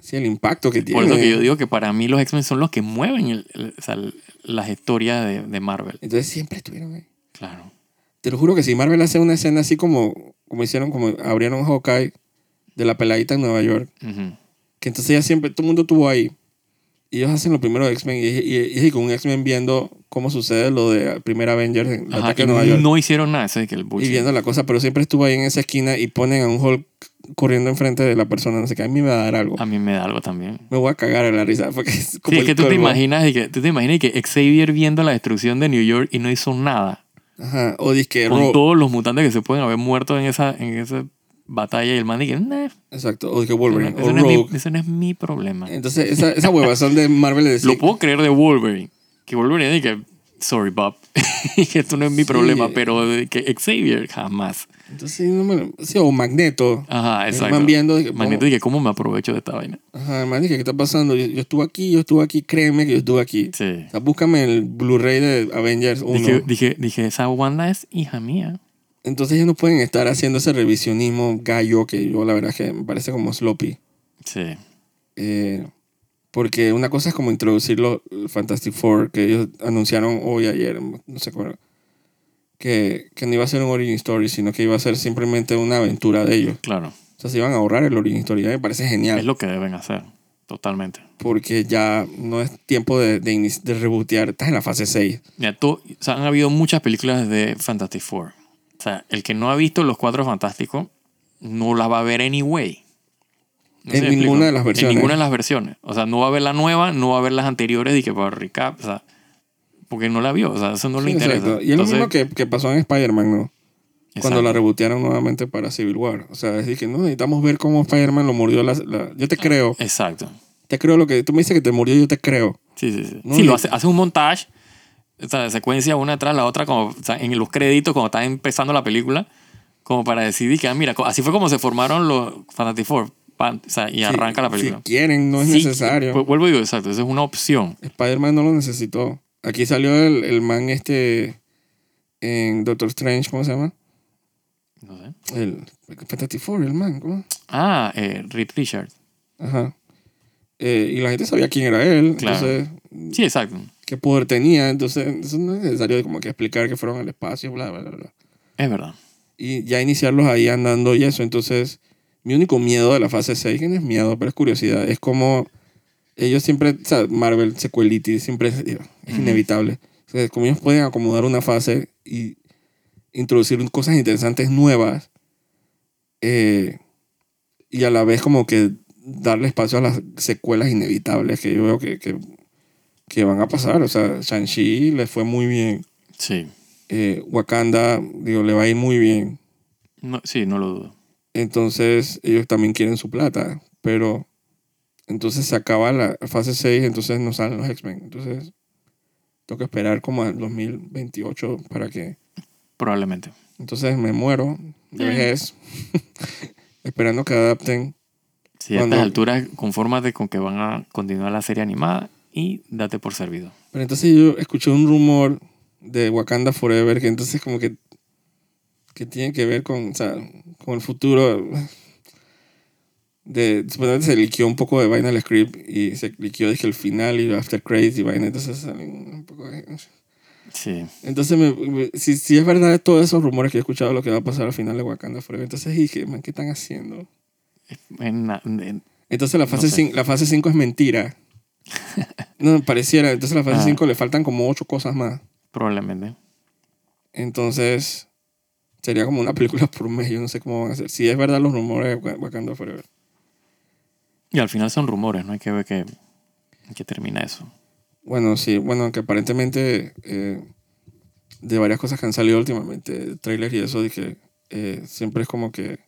Speaker 1: Sí, el impacto que tiene.
Speaker 2: Por eso que yo digo que para mí los X-Men son los que mueven el- el- o sea, las historias de, de Marvel.
Speaker 1: Entonces siempre estuvieron ahí.
Speaker 2: Claro.
Speaker 1: Te lo juro que si Marvel hace una escena así como, como hicieron, como abrieron Hawkeye de la peladita en Nueva York,
Speaker 2: Ujú.
Speaker 1: que entonces ya siempre todo el mundo estuvo ahí. Y ellos hacen lo primero de X-Men y, y- y con un X-Men viendo cómo sucede lo de la primera Avengers en el
Speaker 2: Ajá,
Speaker 1: ataque
Speaker 2: y
Speaker 1: a Nueva York.
Speaker 2: no hicieron nada, eso es que el
Speaker 1: y
Speaker 2: bullshit.
Speaker 1: viendo la cosa, pero siempre estuvo ahí en esa esquina y ponen a un Hulk corriendo enfrente de la persona, no sé qué, a mí me va a dar algo.
Speaker 2: A mí me da algo también.
Speaker 1: Me voy a cagar en la risa. (laughs) Porque es como
Speaker 2: Ah. Sí, es
Speaker 1: el
Speaker 2: que tú te,
Speaker 1: colmo.
Speaker 2: imaginas, y que tú te imaginas que Xavier viendo la destrucción de New York y no hizo nada.
Speaker 1: Ajá, o disque
Speaker 2: Con
Speaker 1: Rob.
Speaker 2: todos los mutantes que se pueden haber muerto en esa, en esa batalla y el man dice, nah, eso
Speaker 1: Exacto, o disque
Speaker 2: no-
Speaker 1: Wolverine,
Speaker 2: eso,
Speaker 1: o
Speaker 2: no es mi,
Speaker 1: Rogue. Eh,
Speaker 2: eso no es mi problema.
Speaker 1: Entonces, esa, esa huevazón de Marvel de decir,
Speaker 2: Lo puedo creer de Wolverine. Que Wolverine dice, sorry, Bob. (laughs) Y que esto no es mi
Speaker 1: Sí.
Speaker 2: problema, pero de que Xavier jamás.
Speaker 1: Entonces, no me lo- sí, o Magneto.
Speaker 2: Ajá,
Speaker 1: El
Speaker 2: exacto.
Speaker 1: man viendo de que-
Speaker 2: Magneto dice, ¿cómo me aprovecho de esta vaina?
Speaker 1: Ajá, man, dije, ¿qué está pasando? Yo, yo estuve aquí, yo estuve aquí, créeme que yo estuve aquí.
Speaker 2: Sí.
Speaker 1: O sea, búscame el Blu-ray de Avengers 1.
Speaker 2: Dije, dije, dije, esa Wanda es hija mía.
Speaker 1: Entonces ellos no pueden estar haciendo ese revisionismo gallo que yo la verdad es que me parece como sloppy.
Speaker 2: Sí.
Speaker 1: Eh, porque una cosa es como introducirlo el Fantastic Four que ellos anunciaron hoy, ayer, no sé cuándo. Que, que no iba a ser un origin story, sino que iba a ser simplemente una aventura de ellos.
Speaker 2: Claro.
Speaker 1: O sea, se iban a ahorrar el origin story. A mí me parece genial.
Speaker 2: Es lo que deben hacer. Totalmente.
Speaker 1: porque ya no es tiempo de, de, inici- de rebotear. Estás en la fase 6.
Speaker 2: Mira, tú- o sea, han habido muchas películas de Fantastic Four. O sea, el que no ha visto Los Cuatro Fantásticos no la va a ver anyway. No sé
Speaker 1: En
Speaker 2: si me explico.
Speaker 1: ninguna de las versiones.
Speaker 2: En ninguna de las versiones. O sea, no va a ver la nueva, no va a ver las anteriores y que para recap, o sea, porque no la vio, o sea, eso no le
Speaker 1: Sí,
Speaker 2: interesa.
Speaker 1: exacto. Y es lo
Speaker 2: Entonces,
Speaker 1: mismo que, que pasó en Spider-Man, ¿no? Cuando
Speaker 2: exacto.
Speaker 1: la rebotearon nuevamente para Civil War. O sea, es decir, que no necesitamos ver cómo Spider-Man lo mordió. La, la-
Speaker 2: Ah.
Speaker 1: Yo te creo.
Speaker 2: Exacto.
Speaker 1: Te creo lo que tú me dices que te mordió, yo te creo.
Speaker 2: Sí, sí, sí.
Speaker 1: No,
Speaker 2: sí,
Speaker 1: y-
Speaker 2: lo hace, hace un montaje, o sea, de secuencia una tras la otra, como o sea, en los créditos, cuando está empezando la película, como para decidir que, ah, mira, co- así fue como se formaron los Fantastic Four, pan, o sea, y arranca
Speaker 1: Si-
Speaker 2: la película.
Speaker 1: Si quieren, no es
Speaker 2: Sí, pues,
Speaker 1: necesario.
Speaker 2: vu- Vuelvo y digo, exacto, eso es una opción.
Speaker 1: Spider-Man no lo necesitó. Aquí salió el, el man este en Doctor Strange, ¿cómo se llama?
Speaker 2: No sé.
Speaker 1: El Fantastic Four, el man, ¿cómo?
Speaker 2: Ah, eh, Reed Richards.
Speaker 1: Ajá. Eh, y la gente sabía quién era él,
Speaker 2: Claro.
Speaker 1: entonces,
Speaker 2: Sí, exacto.
Speaker 1: qué poder tenía, entonces eso no es necesario como que explicar que fueron al espacio, bla, bla, bla, bla.
Speaker 2: Es verdad.
Speaker 1: Y ya iniciarlos ahí andando y eso, entonces mi único miedo de la fase 6, que no es miedo, pero es curiosidad, es como ellos siempre, o sea, Marvel, sequelity, siempre es, eh, es inevitable. O sea, como ellos pueden acomodar una fase y introducir cosas interesantes nuevas eh, y a la vez como que darle espacio a las secuelas inevitables que yo veo que, que, que van a pasar. O sea, Shang-Chi le fue muy bien.
Speaker 2: Sí.
Speaker 1: eh, Wakanda, digo, le va a ir muy bien.
Speaker 2: No, sí, no lo dudo.
Speaker 1: Entonces, ellos también quieren su plata. Pero entonces se acaba la fase 6, entonces no salen los X-Men. Entonces, tengo que esperar como al 2028 para que...
Speaker 2: Probablemente.
Speaker 1: Entonces me muero de
Speaker 2: Sí.
Speaker 1: vejez (laughs) esperando que adapten.
Speaker 2: Si a
Speaker 1: Cuando-
Speaker 2: estas alturas, confórmate con que van a continuar la serie animada y date por servido.
Speaker 1: Pero entonces yo escuché un rumor de Wakanda Forever que entonces como que, que tiene que ver con, o sea, con el futuro. De, supuestamente se liqueó un poco de vaina el script y se liqueó dije el final y after credits y vaina. Entonces salen un poco de-
Speaker 2: Sí.
Speaker 1: Entonces, me- me- si, si es verdad todos esos rumores que he escuchado de lo que va a pasar al final de Wakanda Forever, entonces dije, man, ¿qué están haciendo?
Speaker 2: En la- en-
Speaker 1: Entonces la fase,
Speaker 2: No sé.
Speaker 1: 5, la fase 5 es
Speaker 2: (laughs)
Speaker 1: mentira. No, pareciera. Entonces la fase
Speaker 2: Ah.
Speaker 1: 5 le faltan como ocho cosas más.
Speaker 2: probablemente.
Speaker 1: Entonces sería como una (laughs) película por mes. Yo no sé cómo van a hacer. Si es verdad los rumores de Wa- Wakanda Forever.
Speaker 2: Y al final son rumores, ¿no? Hay que ver que, que termina eso.
Speaker 1: Bueno, sí. Bueno, que aparentemente eh, de varias cosas que han salido últimamente, trailers y eso, dije, eh, siempre es como que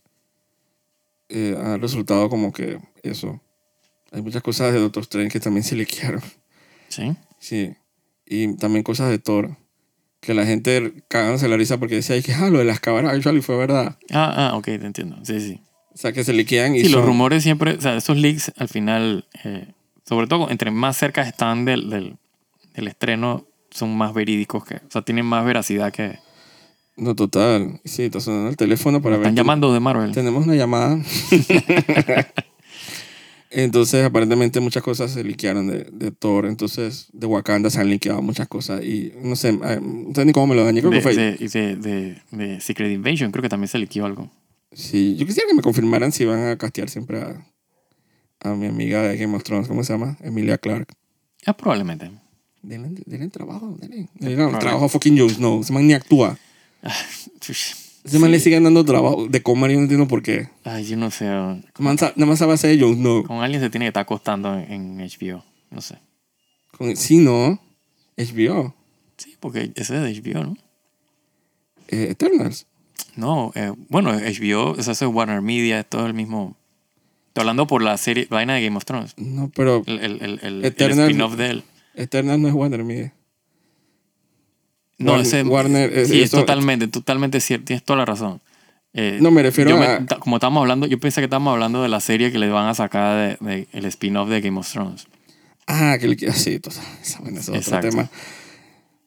Speaker 1: eh, ha resultado como que eso. Hay muchas cosas de Doctor (laughs) Strange que también se le quedaron.
Speaker 2: Sí.
Speaker 1: Sí. Y también cosas de Thor. que la gente cagándose la risa porque decía, "Ay, que ah, lo de las cabras actual y fue verdad.
Speaker 2: Ah, ah, ok, te entiendo. Sí, sí.
Speaker 1: O sea, que se liquean y
Speaker 2: Sí, los
Speaker 1: son-
Speaker 2: rumores siempre, o sea, esos leaks al final, eh, sobre todo entre más cerca están del, del, del estreno, son más verídicos que, o sea, tienen más veracidad que...
Speaker 1: No, total. Sí, está sonando el teléfono para ver.
Speaker 2: Están
Speaker 1: quién-
Speaker 2: llamando de Marvel.
Speaker 1: Tenemos una
Speaker 2: (laughs)
Speaker 1: llamada. Entonces, aparentemente muchas cosas se liquearon de, de Thor. Entonces, de Wakanda se han liqueado muchas cosas. Y no sé, eh, no sé ni cómo me lo dañé. Creo
Speaker 2: De,
Speaker 1: que fue.
Speaker 2: de, de, de- de Secret Invasion, creo que también se liquidó algo.
Speaker 1: Sí, yo quisiera que me confirmaran si van a castear siempre a, a mi amiga de Game of Thrones. ¿Cómo se llama? Emilia Clark.
Speaker 2: Ah, probablemente.
Speaker 1: Denle, denle trabajo, denle. Denle trabajo a fucking Jones. No, ese man ni actúa. Ese man le siguen dando trabajo de comer y yo no entiendo por qué.
Speaker 2: Ay, yo no sé.
Speaker 1: Ese man sa- Nada más sabe hacer Jones, no.
Speaker 2: Con alguien se tiene que estar acostando en, en HBO. No sé.
Speaker 1: Con, sí, no. HBO.
Speaker 2: Sí, porque ese es de HBO, ¿no?
Speaker 1: eh, Eternals.
Speaker 2: No, eh, bueno, HBO, o sea, eso es Warner Media, es todo el mismo. Estoy hablando por la serie, vaina de Game of Thrones.
Speaker 1: No, pero
Speaker 2: El, el, el, el, el
Speaker 1: Eternal-
Speaker 2: spin-off de él.
Speaker 1: Eternals no es Warner Media.
Speaker 2: No,
Speaker 1: Warner-
Speaker 2: ese.
Speaker 1: Warner, es-
Speaker 2: sí, es
Speaker 1: eso-
Speaker 2: totalmente, totalmente cierto. Tienes toda la razón. Eh,
Speaker 1: No, me refiero
Speaker 2: yo
Speaker 1: a-
Speaker 2: ta- como estábamos hablando, yo pensé que estábamos hablando de la serie que le van a sacar del de, el spin-off de Game of Thrones.
Speaker 1: Ah, que le quiero. Sí, to- esa vaina es otro
Speaker 2: Exacto.
Speaker 1: tema.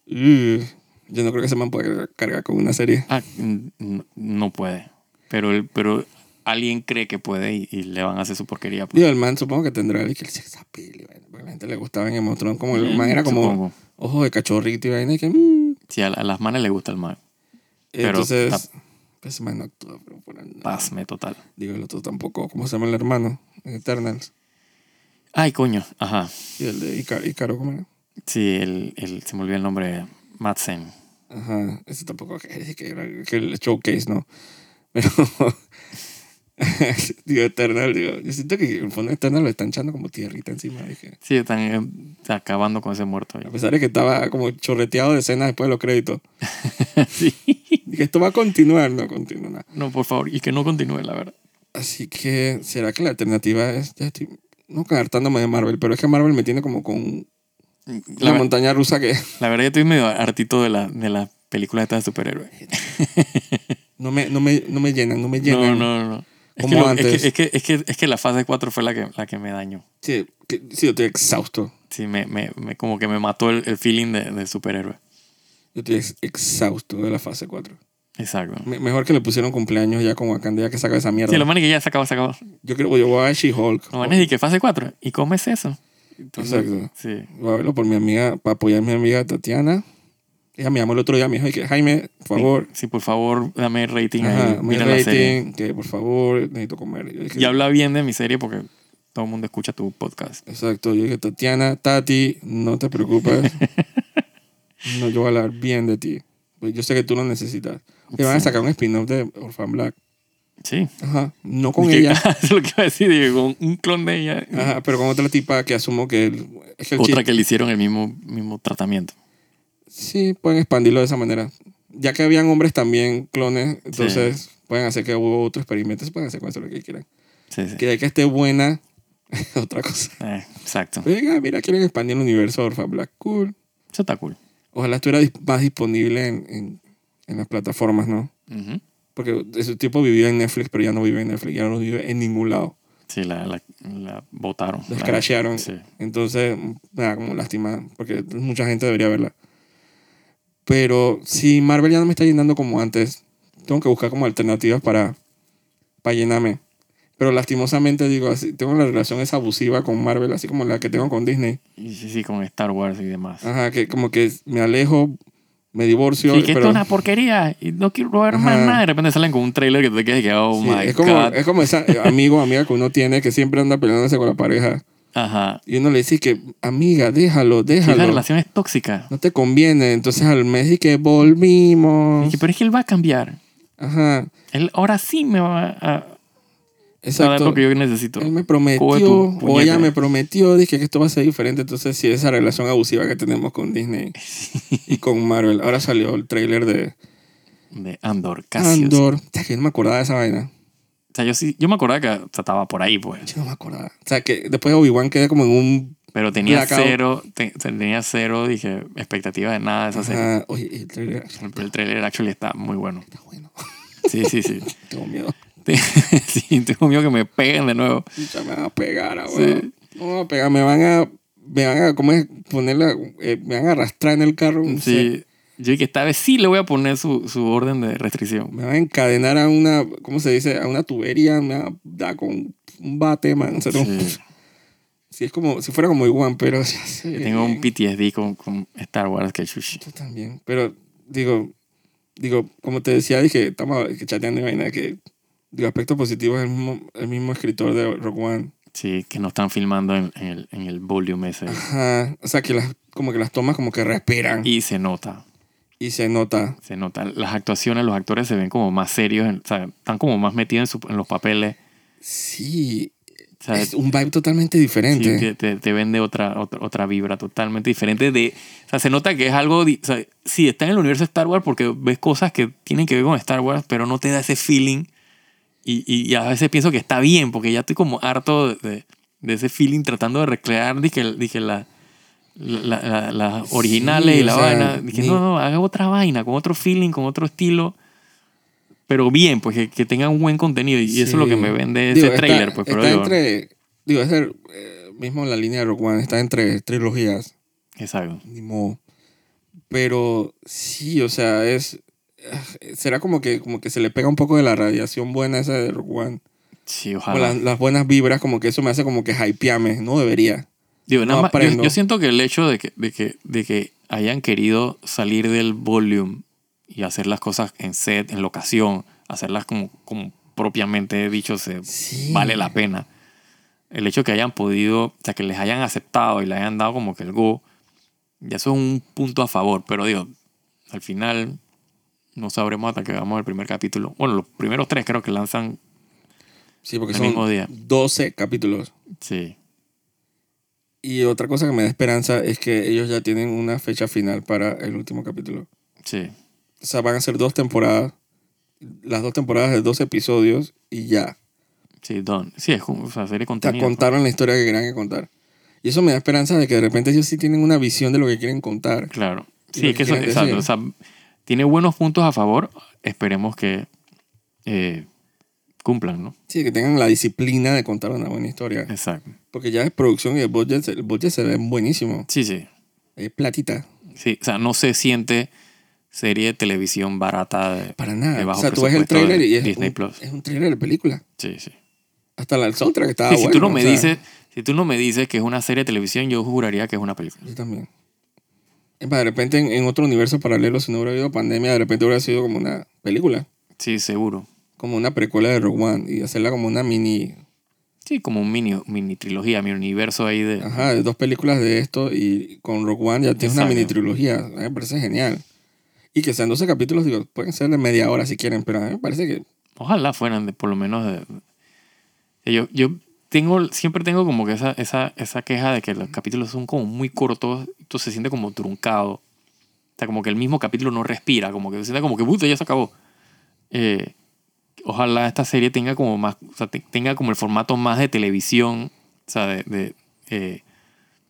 Speaker 1: Uh, yo no creo que se man pueda cargar con una serie.
Speaker 2: Ah, n- n- no puede. Pero, el- pero alguien cree que puede y, y le van a hacer su porquería. pues.
Speaker 1: Digo, el man supongo que tendrá el que el sex appeal y vaina, porque a la gente le gustaba en Game of Thrones, Como el man era como
Speaker 2: Mm, Supongo.
Speaker 1: ojo de cachorrito y vaina. y que, mm.
Speaker 2: Sí, a, la- a las manes le gusta el mal. Pero,
Speaker 1: Entonces,
Speaker 2: ah.
Speaker 1: pues ese man no actúa. Pero por el-
Speaker 2: Pasme total.
Speaker 1: digo, el otro tampoco. ¿Cómo se llama el hermano? En Eternals.
Speaker 2: Ay, coño. Ajá.
Speaker 1: Y el de Ica- Ícaro, ¿cómo era?
Speaker 2: Sí, el, el- se me olvidó el nombre. Madsen.
Speaker 1: Ajá, ese tampoco que, que era que el showcase, ¿no? Pero, (laughs) digo, Eternal, digo, yo siento que en el fondo Eternal lo están echando como tierrita encima, dije.
Speaker 2: Sí, están eh, acabando con ese muerto. ahí.
Speaker 1: A pesar de que estaba como chorreteado de escenas después de los créditos.
Speaker 2: Sí.
Speaker 1: Dije, esto va a continuar, no continúa.
Speaker 2: No, por favor. Y que no continúe, la verdad.
Speaker 1: Así que, ¿será que la alternativa es, ya estoy, no hartándome de Marvel, pero es que Marvel me tiene como con
Speaker 2: La,
Speaker 1: la montaña rusa que
Speaker 2: la verdad, yo estoy medio hartito de la, de la película esta de superhéroes.
Speaker 1: no me, no me, no me llenan, no me
Speaker 2: No,
Speaker 1: llenan.
Speaker 2: no, no. Es que,
Speaker 1: Como
Speaker 2: lo- es que-
Speaker 1: antes.
Speaker 2: es, que, es, que, es que la fase 4 fue la que, la que me dañó.
Speaker 1: Sí, que- sí, yo estoy exhausto.
Speaker 2: Sí, me, me, me- como que me mató el, el feeling de, de superhéroe.
Speaker 1: Yo estoy ex- exhausto de la fase 4.
Speaker 2: Exacto.
Speaker 1: Me- mejor que le pusieron cumpleaños ya con Wakanda, ya que saca esa mierda.
Speaker 2: Sí, lo malo es que ya se acabó, se acabó.
Speaker 1: Yo creo que yo voy a ver She-Hulk.
Speaker 2: Lo malo es que fase 4. ¿Y cómo es eso? Entonces,
Speaker 1: Exacto.
Speaker 2: Sí.
Speaker 1: Voy a verlo por mi amiga, para apoyar a mi amiga Tatiana. Ella me llamó el otro día, me dijo que Jaime, por favor,
Speaker 2: Sí, por favor, dame rating ahí.
Speaker 1: ajá, mi
Speaker 2: Mira la serie.
Speaker 1: rating, que por favor, necesito comer. Yo dije,
Speaker 2: Y habla bien de mi serie porque todo el mundo escucha tu podcast.
Speaker 1: Exacto, yo dije, Tatiana, Tati, no te
Speaker 2: (laughs)
Speaker 1: preocupes. no, yo voy a hablar bien de ti. Pues yo sé que tú lo necesitas. Te van a
Speaker 2: Sí.
Speaker 1: sacar un spin-off de Orphan Black.
Speaker 2: Sí.
Speaker 1: Ajá, no con
Speaker 2: Que- (laughs)
Speaker 1: ella. Ah,
Speaker 2: es lo que iba a decir, digo, un, un clon de ella.
Speaker 1: Ajá, pero con otra tipa que asumo que... el- es que el
Speaker 2: Otra
Speaker 1: chiste-
Speaker 2: que le hicieron el mismo, mismo tratamiento.
Speaker 1: Sí, pueden expandirlo de esa manera. Ya que habían hombres también clones, entonces pueden hacer que hubo otro experimento, se pueden hacer con eso lo que quieran.
Speaker 2: Sí, sí.
Speaker 1: Que de que esté buena, (laughs) otra cosa.
Speaker 2: Eh, exacto.
Speaker 1: Oiga, mira, quieren expandir el universo de Orphan Black. Cool.
Speaker 2: Eso está cool.
Speaker 1: Ojalá estuviera dis- más disponible en, en- en las plataformas, ¿no?
Speaker 2: Ujú.
Speaker 1: Porque ese tipo vivía en Netflix, pero ya no vive en Netflix, ya no vive en ningún lado.
Speaker 2: Sí, la, la, la botaron.
Speaker 1: La
Speaker 2: La-
Speaker 1: crashearon.
Speaker 2: Sí.
Speaker 1: Entonces, nada, como lástima, porque mucha gente debería verla. Pero si Marvel ya no me está llenando como antes, tengo que buscar como alternativas para, para llenarme. Pero lastimosamente digo, así, tengo la relación esa abusiva con Marvel, así como la que tengo con Disney.
Speaker 2: Y sí, sí, con Star Wars y demás.
Speaker 1: Ajá, que como que me alejo, me divorcio.
Speaker 2: Sí, que esto
Speaker 1: pero,
Speaker 2: es una porquería y no quiero ver más
Speaker 1: Ajá.
Speaker 2: nada. De repente salen con un trailer que te quedas que, oh
Speaker 1: sí,
Speaker 2: my
Speaker 1: es, como,
Speaker 2: god.
Speaker 1: es como esa eh, amigo o amiga que uno tiene que siempre anda peleándose con la pareja.
Speaker 2: Ajá.
Speaker 1: Y uno le dice que, amiga, déjalo,
Speaker 2: Sí, la
Speaker 1: déjalo.
Speaker 2: relación es tóxica.
Speaker 1: no te conviene. Entonces al mes y que volvimos.
Speaker 2: Dije, pero es que él va a cambiar.
Speaker 1: Ajá,
Speaker 2: Él ahora sí me va a, a dar
Speaker 1: exacto.
Speaker 2: lo que yo necesito.
Speaker 1: Él me
Speaker 2: Coge
Speaker 1: prometió,
Speaker 2: tu
Speaker 1: o
Speaker 2: puñete.
Speaker 1: ella me prometió, dije que esto va a ser diferente. Entonces, sí, esa relación abusiva que tenemos con
Speaker 2: (laughs)
Speaker 1: Disney y con Marvel. Ahora salió el tráiler de
Speaker 2: De Andor, Cassius.
Speaker 1: Andor. O sea, que yo no me acordaba de esa vaina.
Speaker 2: O sea, yo, sí, yo me acordaba que o sea, estaba por ahí, pues.
Speaker 1: Yo no me acordaba. O sea, que después de Obi-Wan quedé como en un
Speaker 2: Pero tenía
Speaker 1: Blackout.
Speaker 2: cero, te- tenía cero, dije, expectativa de nada de esa serie.
Speaker 1: Ajá, ah, oye, el trailer actual
Speaker 2: El trailer actually está muy bueno.
Speaker 1: está bueno. (laughs)
Speaker 2: Sí, sí, sí. (laughs)
Speaker 1: Tengo miedo.
Speaker 2: sí, tengo miedo que me peguen de nuevo.
Speaker 1: Ya me van a pegar ahora.
Speaker 2: Sí.
Speaker 1: No me van a pegar, me van a. Me van a. ¿Cómo es? Ponerla. eh, me van a arrastrar en el carro. no sé.
Speaker 2: Sí. Yo dije, esta vez sí le voy a poner su, su orden de restricción.
Speaker 1: Me van a encadenar a una. ¿Cómo se dice? A una tubería. Me van a dar con un bate, man. O sea, no-
Speaker 2: Sí.
Speaker 1: (laughs) si, es como, si fuera como Iguan, pero. (laughs) Ya sé,
Speaker 2: Yo tengo un
Speaker 1: bien.
Speaker 2: PTSD con, con Star Wars que chuchi.
Speaker 1: Yo también. Pero, digo. Digo, como te decía, dije, estamos chateando y vaina que. Digo, aspectos positivos es el mismo, el mismo escritor de Rock One.
Speaker 2: Sí, que no están filmando en, en el, en el volume ese.
Speaker 1: Ajá. O sea, que las, como que las tomas como que respiran y,
Speaker 2: Y se nota,
Speaker 1: se nota.
Speaker 2: se nota. Las actuaciones, los actores se ven como más serios, en- o sea, están como más metidos en, su- en los papeles.
Speaker 1: Sí.
Speaker 2: O sea,
Speaker 1: es un vibe totalmente diferente.
Speaker 2: Sí, te, te- te vende otra, otra, otra vibra totalmente diferente de... O sea, se nota que es algo... di- O sea, sí, está en el universo de Star Wars porque ves cosas que tienen que ver con Star Wars, pero no te da ese feeling. Y, y- y a veces pienso que está bien porque ya estoy como harto de, de- de ese feeling tratando de recrear, dije, dije la... la- la- las originales
Speaker 1: Sí,
Speaker 2: y la
Speaker 1: o sea,
Speaker 2: vaina. Dije,
Speaker 1: ni-
Speaker 2: no, no, haga otra vaina, con otro feeling, con otro estilo. Pero bien, pues que, que tenga un buen contenido. Y eso es lo que
Speaker 1: Sí.
Speaker 2: me vende
Speaker 1: Digo,
Speaker 2: ese
Speaker 1: está-
Speaker 2: trailer. Pues, pero
Speaker 1: está
Speaker 2: digo,
Speaker 1: entre. Digo, es el, eh, mismo la línea de Rock One. Está entre trilogías.
Speaker 2: Exacto.
Speaker 1: Ni modo. Pero sí, o sea, es. eh, Será como que, como que se le pega un poco de la radiación buena esa de Rock One.
Speaker 2: Sí,
Speaker 1: Como
Speaker 2: ojalá.
Speaker 1: las, las buenas vibras, como que eso me hace como que hypeame. No debería.
Speaker 2: Digo, nada
Speaker 1: No
Speaker 2: más- yo-
Speaker 1: aprendo.
Speaker 2: yo, siento que el hecho de que, de, que, de que hayan querido salir del volume y hacer las cosas en set, en locación, hacerlas como, como propiamente dicho, se
Speaker 1: Sí.
Speaker 2: vale la pena. El hecho que hayan podido, o sea, que les hayan aceptado y le hayan dado como que el go, ya eso es un punto a favor. Pero digo, al final no sabremos hasta que hagamos el primer capítulo. Bueno, los primeros tres creo que lanzan,
Speaker 1: Sí, porque
Speaker 2: El
Speaker 1: son
Speaker 2: mismo día.
Speaker 1: 12 capítulos.
Speaker 2: sí,
Speaker 1: Y otra cosa que me da esperanza es que ellos ya tienen una fecha final para el último capítulo.
Speaker 2: sí.
Speaker 1: O sea, van a ser dos temporadas. Las dos temporadas de dos episodios y ya.
Speaker 2: Sí, Don. Sí, es como- o sea, serie de
Speaker 1: O sea,
Speaker 2: contenido. pues.
Speaker 1: contaron la historia que querían que contar. Y eso me da esperanza de que de repente ellos sí tienen una visión de lo que quieren contar.
Speaker 2: Claro.
Speaker 1: Y
Speaker 2: Sí,
Speaker 1: lo
Speaker 2: es que
Speaker 1: que
Speaker 2: eso,
Speaker 1: quieran
Speaker 2: exacto.
Speaker 1: decir.
Speaker 2: O sea, tiene buenos puntos a favor. Esperemos que eh, cumplan, ¿no?
Speaker 1: Sí, que tengan la disciplina de contar una buena historia.
Speaker 2: Exacto.
Speaker 1: Porque ya es producción y el budget, se- el budget se ve buenísimo.
Speaker 2: Sí, sí.
Speaker 1: Es platita.
Speaker 2: Sí, o sea, no se siente serie de televisión barata de,
Speaker 1: Para
Speaker 2: de
Speaker 1: nada. O
Speaker 2: bajo
Speaker 1: sea, tú ves el
Speaker 2: presupuesto de
Speaker 1: trailer y es
Speaker 2: Disney
Speaker 1: un,
Speaker 2: Plus.
Speaker 1: es un trailer de película.
Speaker 2: Sí, sí.
Speaker 1: Hasta la el soundtrack estaba
Speaker 2: Sí, si tú no
Speaker 1: Ah, bueno,
Speaker 2: me
Speaker 1: o sea,
Speaker 2: dices, si tú no me dices que es una serie de televisión, yo juraría que es una película.
Speaker 1: Yo también. Es más, de repente en, en otro universo paralelo, si no hubiera habido pandemia, de repente hubiera sido como una película.
Speaker 2: Sí, seguro.
Speaker 1: como una precuela de Rogue One y hacerla como una mini,
Speaker 2: Sí, como un mini, mini trilogía, mi universo ahí de.
Speaker 1: ajá, de dos películas de esto y con Rogue One ya tienes una
Speaker 2: Exacto.
Speaker 1: mini trilogía, A mí me parece genial. Y que sean 12 capítulos, digo, pueden ser de media hora si quieren, pero a mí me parece que
Speaker 2: Ojalá fueran de, por lo menos de- de- yo, yo tengo, siempre tengo como que esa, esa, esa queja de que los capítulos son como muy cortos, entonces se siente como truncado. O sea, como que el mismo capítulo no respira, como que se siente como que puta, ya se acabó. Eh, ojalá esta serie tenga como más, o sea, te- tenga como el formato más de televisión, o sea, de, de, eh,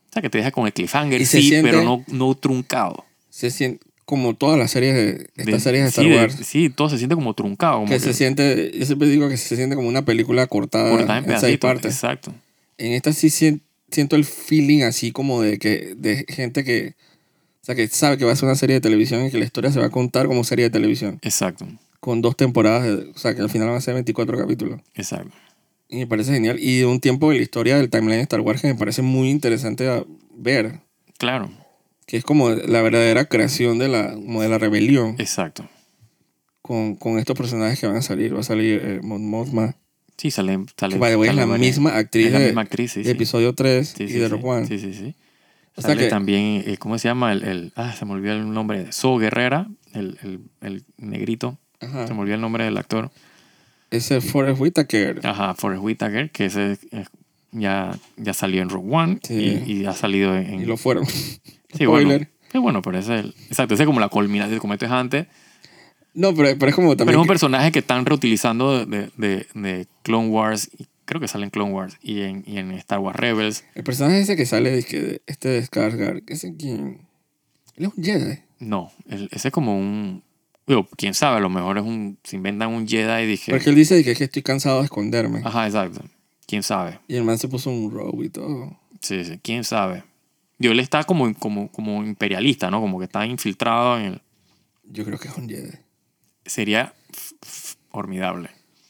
Speaker 2: o sea, que te deja con el cliffhanger,
Speaker 1: Y se
Speaker 2: sí,
Speaker 1: siente-
Speaker 2: pero no, no truncado.
Speaker 1: se siente como todas las series de estas
Speaker 2: De-
Speaker 1: series de Star
Speaker 2: sí, de-
Speaker 1: Wars,
Speaker 2: sí, todo se siente como truncado. Como
Speaker 1: que, se siente, yo siempre digo que se siente como una película cortada
Speaker 2: cortada en pues.
Speaker 1: en, seis
Speaker 2: pedacitos.
Speaker 1: partes.
Speaker 2: Exacto.
Speaker 1: En esta sí sien- siento el feeling así como de que de gente que o sea, que sabe que va a ser una serie de televisión y que la historia se va a contar como serie de televisión.
Speaker 2: Exacto,
Speaker 1: con dos temporadas, de- o sea, que al final van a ser 24 capítulos.
Speaker 2: exacto.
Speaker 1: Y me parece genial. Y de un tiempo de la historia del timeline de Star Wars que me parece muy interesante a ver,
Speaker 2: Claro,
Speaker 1: que es como la verdadera creación de la, como de la rebelión
Speaker 2: exacto.
Speaker 1: con, con estos personajes que van a salir. Va a salir eh, Mon Mothma,
Speaker 2: Sí, sale. sale
Speaker 1: que by the way, es
Speaker 2: sale
Speaker 1: la
Speaker 2: varias-
Speaker 1: misma actriz
Speaker 2: es la
Speaker 1: de,
Speaker 2: misma actriz, sí.
Speaker 1: de
Speaker 2: sí.
Speaker 1: episodio 3
Speaker 2: Sí,
Speaker 1: y
Speaker 2: sí,
Speaker 1: de
Speaker 2: sí.
Speaker 1: Rogue One.
Speaker 2: Sí, sí, sí.
Speaker 1: O sea
Speaker 2: sale
Speaker 1: que-
Speaker 2: también, eh, ¿cómo se llama? El, el- ah, se me olvidó el nombre. So Guerrera, el, el, el negrito. Se
Speaker 1: Ajá.
Speaker 2: me olvidó el nombre del actor.
Speaker 1: Es el Forrest Whitaker.
Speaker 2: Ajá, Forrest Whitaker, que ese es- ya, ya salió en Rogue One
Speaker 1: Sí.
Speaker 2: y, y ha salido en. en-
Speaker 1: Y lo fueron. (laughs)
Speaker 2: sí, bueno.
Speaker 1: spoiler.
Speaker 2: Sí, bueno, pero ese es el. Exacto, ese es como la culminación, como esto es antes.
Speaker 1: No, pero, pero es como
Speaker 2: Pero
Speaker 1: también...
Speaker 2: es un personaje que están reutilizando de, de, de- de Clone Wars y creo que sale en Clone Wars y en, y en Star Wars Rebels.
Speaker 1: El personaje ese que sale, dizque, este de Skarsgård, ese quién? Él es un Jedi.
Speaker 2: No, el- ese es como un... Digo, quién sabe, a lo mejor es un... Se inventan un Jedi y dije...
Speaker 1: Porque él dice dizque, que, estoy cansado de esconderme.
Speaker 2: Ajá, exacto. Quién sabe.
Speaker 1: Y el man se puso un robe y todo.
Speaker 2: Sí, sí, quién sabe. Yo él está como, como, como imperialista, ¿no? Como que está infiltrado en el...
Speaker 1: Yo creo que es un Jedi.
Speaker 2: Sería f- f- formidable.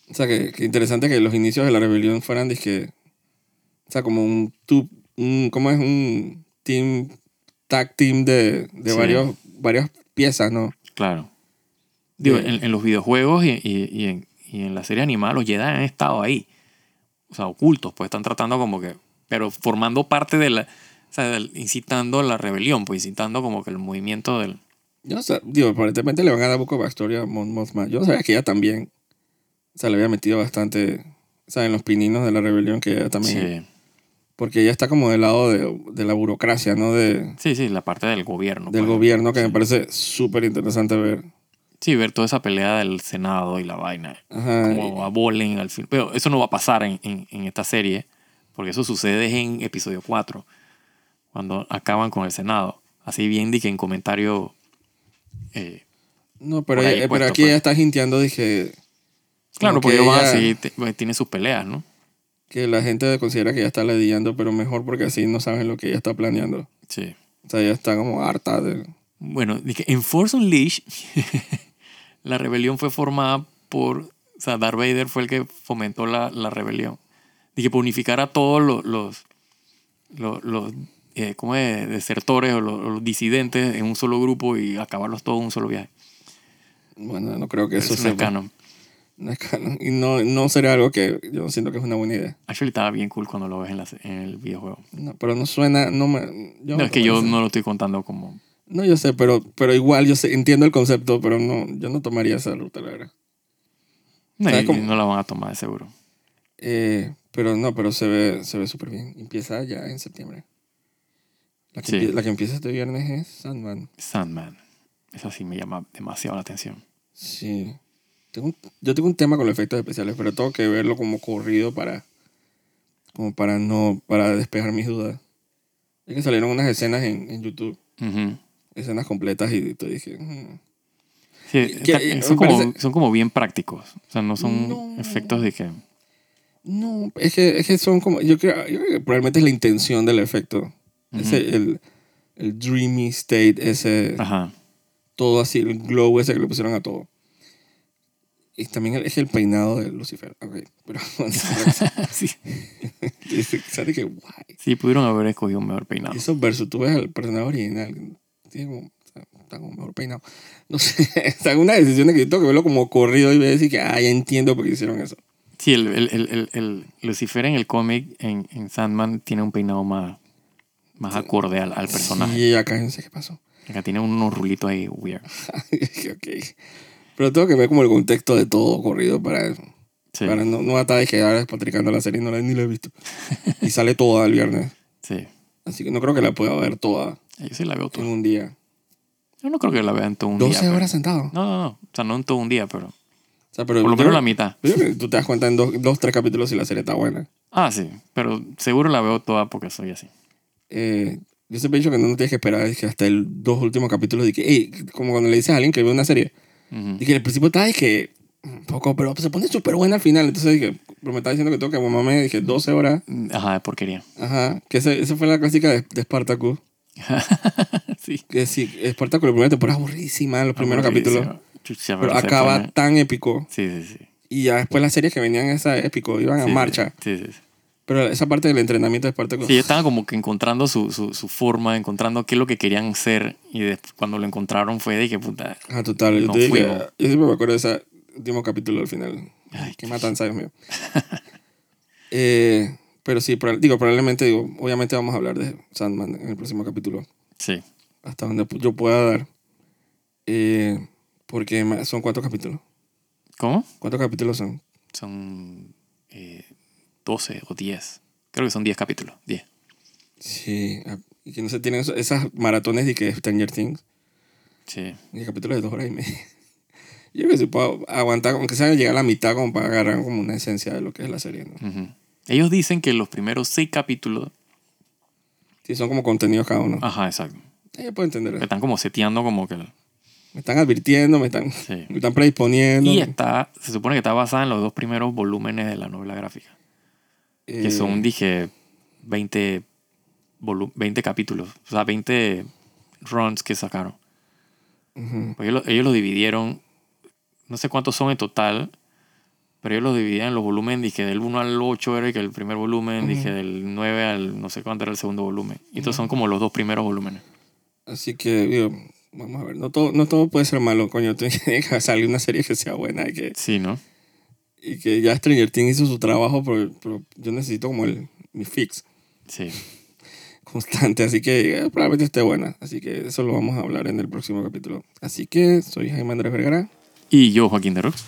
Speaker 1: O sea, que, que interesante que los inicios de la rebelión fueran, dizque, o sea, como un, tu, un ¿cómo es? Un team, tag team de, de
Speaker 2: Sí.
Speaker 1: varios, varias piezas, ¿no?
Speaker 2: Claro. Digo,
Speaker 1: De-
Speaker 2: en, en los videojuegos y, y- y en, y en la serie animada los Jedi han estado ahí. O sea, ocultos, pues están tratando como que... Pero formando parte de la... O sea, del- incitando la rebelión, pues incitando como que el movimiento del...
Speaker 1: Yo no sé, digo, aparentemente le van a dar poco de backstory a Mon Mothma. Yo no sabía que ella también, o sea, le había metido bastante, o sea, en los pininos de la rebelión, que ella también,
Speaker 2: Sí,
Speaker 1: porque ella está como del lado de, de la burocracia, ¿no? De,
Speaker 2: sí, sí, la parte del gobierno.
Speaker 1: del
Speaker 2: pues.
Speaker 1: gobierno, que me parece súper interesante ver.
Speaker 2: Sí, ver toda esa pelea del Senado y la vaina.
Speaker 1: Ajá.
Speaker 2: Como abolen al fin. Pero eso no va a pasar en, en- en esta serie, porque eso sucede en episodio 4, cuando acaban con el Senado. Así bien, di que en comentario. eh,
Speaker 1: No, pero,
Speaker 2: por ahí
Speaker 1: ella- eh, pero
Speaker 2: puesto,
Speaker 1: aquí
Speaker 2: pues.
Speaker 1: ella está hinteando, dije,
Speaker 2: claro,
Speaker 1: Como
Speaker 2: porque
Speaker 1: que
Speaker 2: ellos van a
Speaker 1: ella-
Speaker 2: seguir, te- pues, tienen sus peleas, ¿no?
Speaker 1: que la gente considera que ella está ladillando, pero mejor porque así no saben lo que ella está planeando.
Speaker 2: Sí.
Speaker 1: O sea, ella está como harta de...
Speaker 2: Bueno, di que en Force Unleashed, (laughs) la rebelión fue formada por. O sea, Darth Vader fue el que fomentó la, la rebelión. Dije, por unificar a todos los. los, los, los, eh, ¿cómo es? Desertores o los, o los disidentes en un solo grupo y acabarlos todos en un solo viaje.
Speaker 1: Bueno, no creo que eso
Speaker 2: Eso no
Speaker 1: sea...
Speaker 2: es canon.
Speaker 1: No es canon. Y no, no sería algo que yo siento que es una buena idea.
Speaker 2: Actually, estaba bien cool cuando lo ves en, la se- en el videojuego.
Speaker 1: No, pero no suena... No, me, yo
Speaker 2: No, es que yo
Speaker 1: tomaría-
Speaker 2: no lo estoy contando como.
Speaker 1: No, yo sé, pero, pero igual yo sé, entiendo el concepto, pero no, yo no tomaría esa ruta, la verdad.
Speaker 2: No,
Speaker 1: ¿Sabes
Speaker 2: y-
Speaker 1: cómo?
Speaker 2: eh, no la van a tomar, de seguro.
Speaker 1: Eh, pero no, pero se ve se ve súper bien. Empieza ya en septiembre. La que,
Speaker 2: Sí.
Speaker 1: empie- la que empieza este viernes es Sandman.
Speaker 2: Sandman. Esa sí me llama demasiado la atención.
Speaker 1: Sí. Tengo un- yo tengo un tema con los efectos especiales, pero tengo que verlo como corrido para como para no para despejar mis dudas. Es que salieron unas escenas en, en YouTube,
Speaker 2: Ujú.
Speaker 1: escenas completas y te dije, "Mm".
Speaker 2: Sí,
Speaker 1: que,
Speaker 2: está-
Speaker 1: eh,
Speaker 2: son,
Speaker 1: me
Speaker 2: como,
Speaker 1: parece-
Speaker 2: son como bien prácticos. O sea, no son
Speaker 1: No.
Speaker 2: efectos de que.
Speaker 1: no, es que, es que son como yo creo, yo creo que probablemente es la intención del efecto. Ese el, el dreamy state ese
Speaker 2: Ajá.
Speaker 1: todo así, el glow ese que le pusieron a todo. Y también el- es el peinado de Lucifer. Ok, pero (laughs)
Speaker 2: (laughs) sí.
Speaker 1: dice, ¿sabes qué? Guay.
Speaker 2: Sí, pudieron haber escogido un mejor peinado.
Speaker 1: Y Eso versus tú ves al personaje original. Tiene como, está- está como mejor peinado. No sé, (laughs) es alguna decisión de que yo tengo que verlo como corrido y voy a decir que, ah, ya entiendo por qué hicieron eso.
Speaker 2: Sí, el, el, el, el- el Lucifer en el cómic, en, en Sandman, tiene un peinado más, más acorde al, al personaje.
Speaker 1: Y acá no sé qué pasó. (laughs)
Speaker 2: Acá tiene unos rulitos ahí weird.
Speaker 1: Dije, ok. Pero tengo que ver como el contexto de todo corrido para,
Speaker 2: Sí,
Speaker 1: para no, no atar de quedar despatricando la serie, no la, ni la he visto. y sale toda el viernes.
Speaker 2: sí.
Speaker 1: Así que no creo que la pueda ver toda
Speaker 2: Yo sí la veo
Speaker 1: en
Speaker 2: toda.
Speaker 1: un día.
Speaker 2: Yo no creo que la vea en todo un
Speaker 1: 12
Speaker 2: día. pues. pero-
Speaker 1: horas sentado.
Speaker 2: No, no, no. O sea, no en todo un día, pero.
Speaker 1: O sea, pero
Speaker 2: Por lo
Speaker 1: yo-
Speaker 2: menos la mitad.
Speaker 1: yo creo que tú te das cuenta en dos, dos, tres capítulos si la serie está buena.
Speaker 2: Ah, sí. Pero seguro la veo toda porque soy así.
Speaker 1: Eh, yo siempre he dicho que no, no tienes que esperar es que hasta el dos últimos capítulos de que, "Ey", como cuando le dices a alguien que ve una serie,
Speaker 2: Ujú.
Speaker 1: y que el principio está, es que un poco, pero se pone súper buena al final. Entonces dije, pero me está diciendo que tengo que mamarme, dije, 12 horas.
Speaker 2: Ajá, de porquería. (laughs)
Speaker 1: Ajá, que ese- esa fue la clásica de, de Spartacus.
Speaker 2: sí.
Speaker 1: Que sí, Spartacus, la primera temporada aburrísima, los
Speaker 2: Ah,
Speaker 1: primeros capítulos.
Speaker 2: Chucha,
Speaker 1: Pero
Speaker 2: se
Speaker 1: acaba
Speaker 2: pone-
Speaker 1: tan épico.
Speaker 2: Sí, sí, sí.
Speaker 1: Y ya después las series que venían esa épico iban a
Speaker 2: Sí,
Speaker 1: marcha.
Speaker 2: Sí, sí. sí.
Speaker 1: Pero esa parte del entrenamiento de Spartacus.
Speaker 2: Sí, estaban como que encontrando su, su, su forma, encontrando qué es lo que querían ser. Y después, cuando lo encontraron fue de que puta.
Speaker 1: Ah, total. Yo,
Speaker 2: No
Speaker 1: te dije,
Speaker 2: fuimos.
Speaker 1: yo siempre me acuerdo de ese último capítulo al final.
Speaker 2: Ay,
Speaker 1: Qué matanza, Dios
Speaker 2: (laughs)
Speaker 1: mío. Eh, pero sí, proba- digo, probablemente, digo, obviamente vamos a hablar de Sandman en el próximo capítulo.
Speaker 2: Sí,
Speaker 1: Hasta donde pu- yo pueda dar. Eh, porque ma- son cuántos capítulos.
Speaker 2: ¿cómo?
Speaker 1: ¿Cuántos capítulos son?
Speaker 2: Son eh, 12 o 10. Creo que son 10 capítulos. 10.
Speaker 1: Sí. ah, Y que no se tienen eso- esas maratones de que Stranger Things.
Speaker 2: Sí.
Speaker 1: Y capítulos de dos horas y media. (laughs) Yo creo que si puedo aguantar, aunque sea llegar a la mitad, como para agarrar como una esencia de lo que es la serie, ¿no?
Speaker 2: Ujú. Ellos dicen que los primeros seis capítulos.
Speaker 1: Sí, son como contenidos cada uno.
Speaker 2: Ajá, exacto.
Speaker 1: Eh, yo puedo entender
Speaker 2: que
Speaker 1: eso.
Speaker 2: Están como seteando como que. el-
Speaker 1: Me están advirtiendo, me están,
Speaker 2: Sí.
Speaker 1: me están predisponiendo.
Speaker 2: Y está, se supone que está basada en los dos primeros volúmenes de la novela gráfica.
Speaker 1: Eh,
Speaker 2: Que son, dije, 20, volu- 20 capítulos. O sea, 20 runs que sacaron.
Speaker 1: ujú.
Speaker 2: Pues ellos, lo- ellos lo dividieron, no sé cuántos son en total, pero ellos lo dividían en los volúmenes, dije del 1 al 8 era el que el primer volumen,
Speaker 1: Ujú.
Speaker 2: dije del 9 al no sé cuánto era el segundo volumen. Y estos son como los dos primeros volúmenes.
Speaker 1: Así que, digo, vamos a ver. No todo, no todo puede ser malo, coño. (laughs) Tiene que salir una serie que sea buena y que,
Speaker 2: Sí, ¿no?
Speaker 1: y que ya Stranger Things hizo su trabajo, pero, pero yo necesito como el, mi fix
Speaker 2: Sí.
Speaker 1: constante. Así que eh, probablemente esté buena. Así que eso lo vamos a hablar en el próximo capítulo. Así que soy Jaime Andrés Vergara
Speaker 2: Y yo, Joaquín de Rux.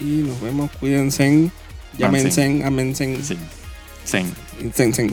Speaker 1: y nos vemos. Cuídense. Llámense, amense,
Speaker 2: Sí. Zen.
Speaker 1: incensen.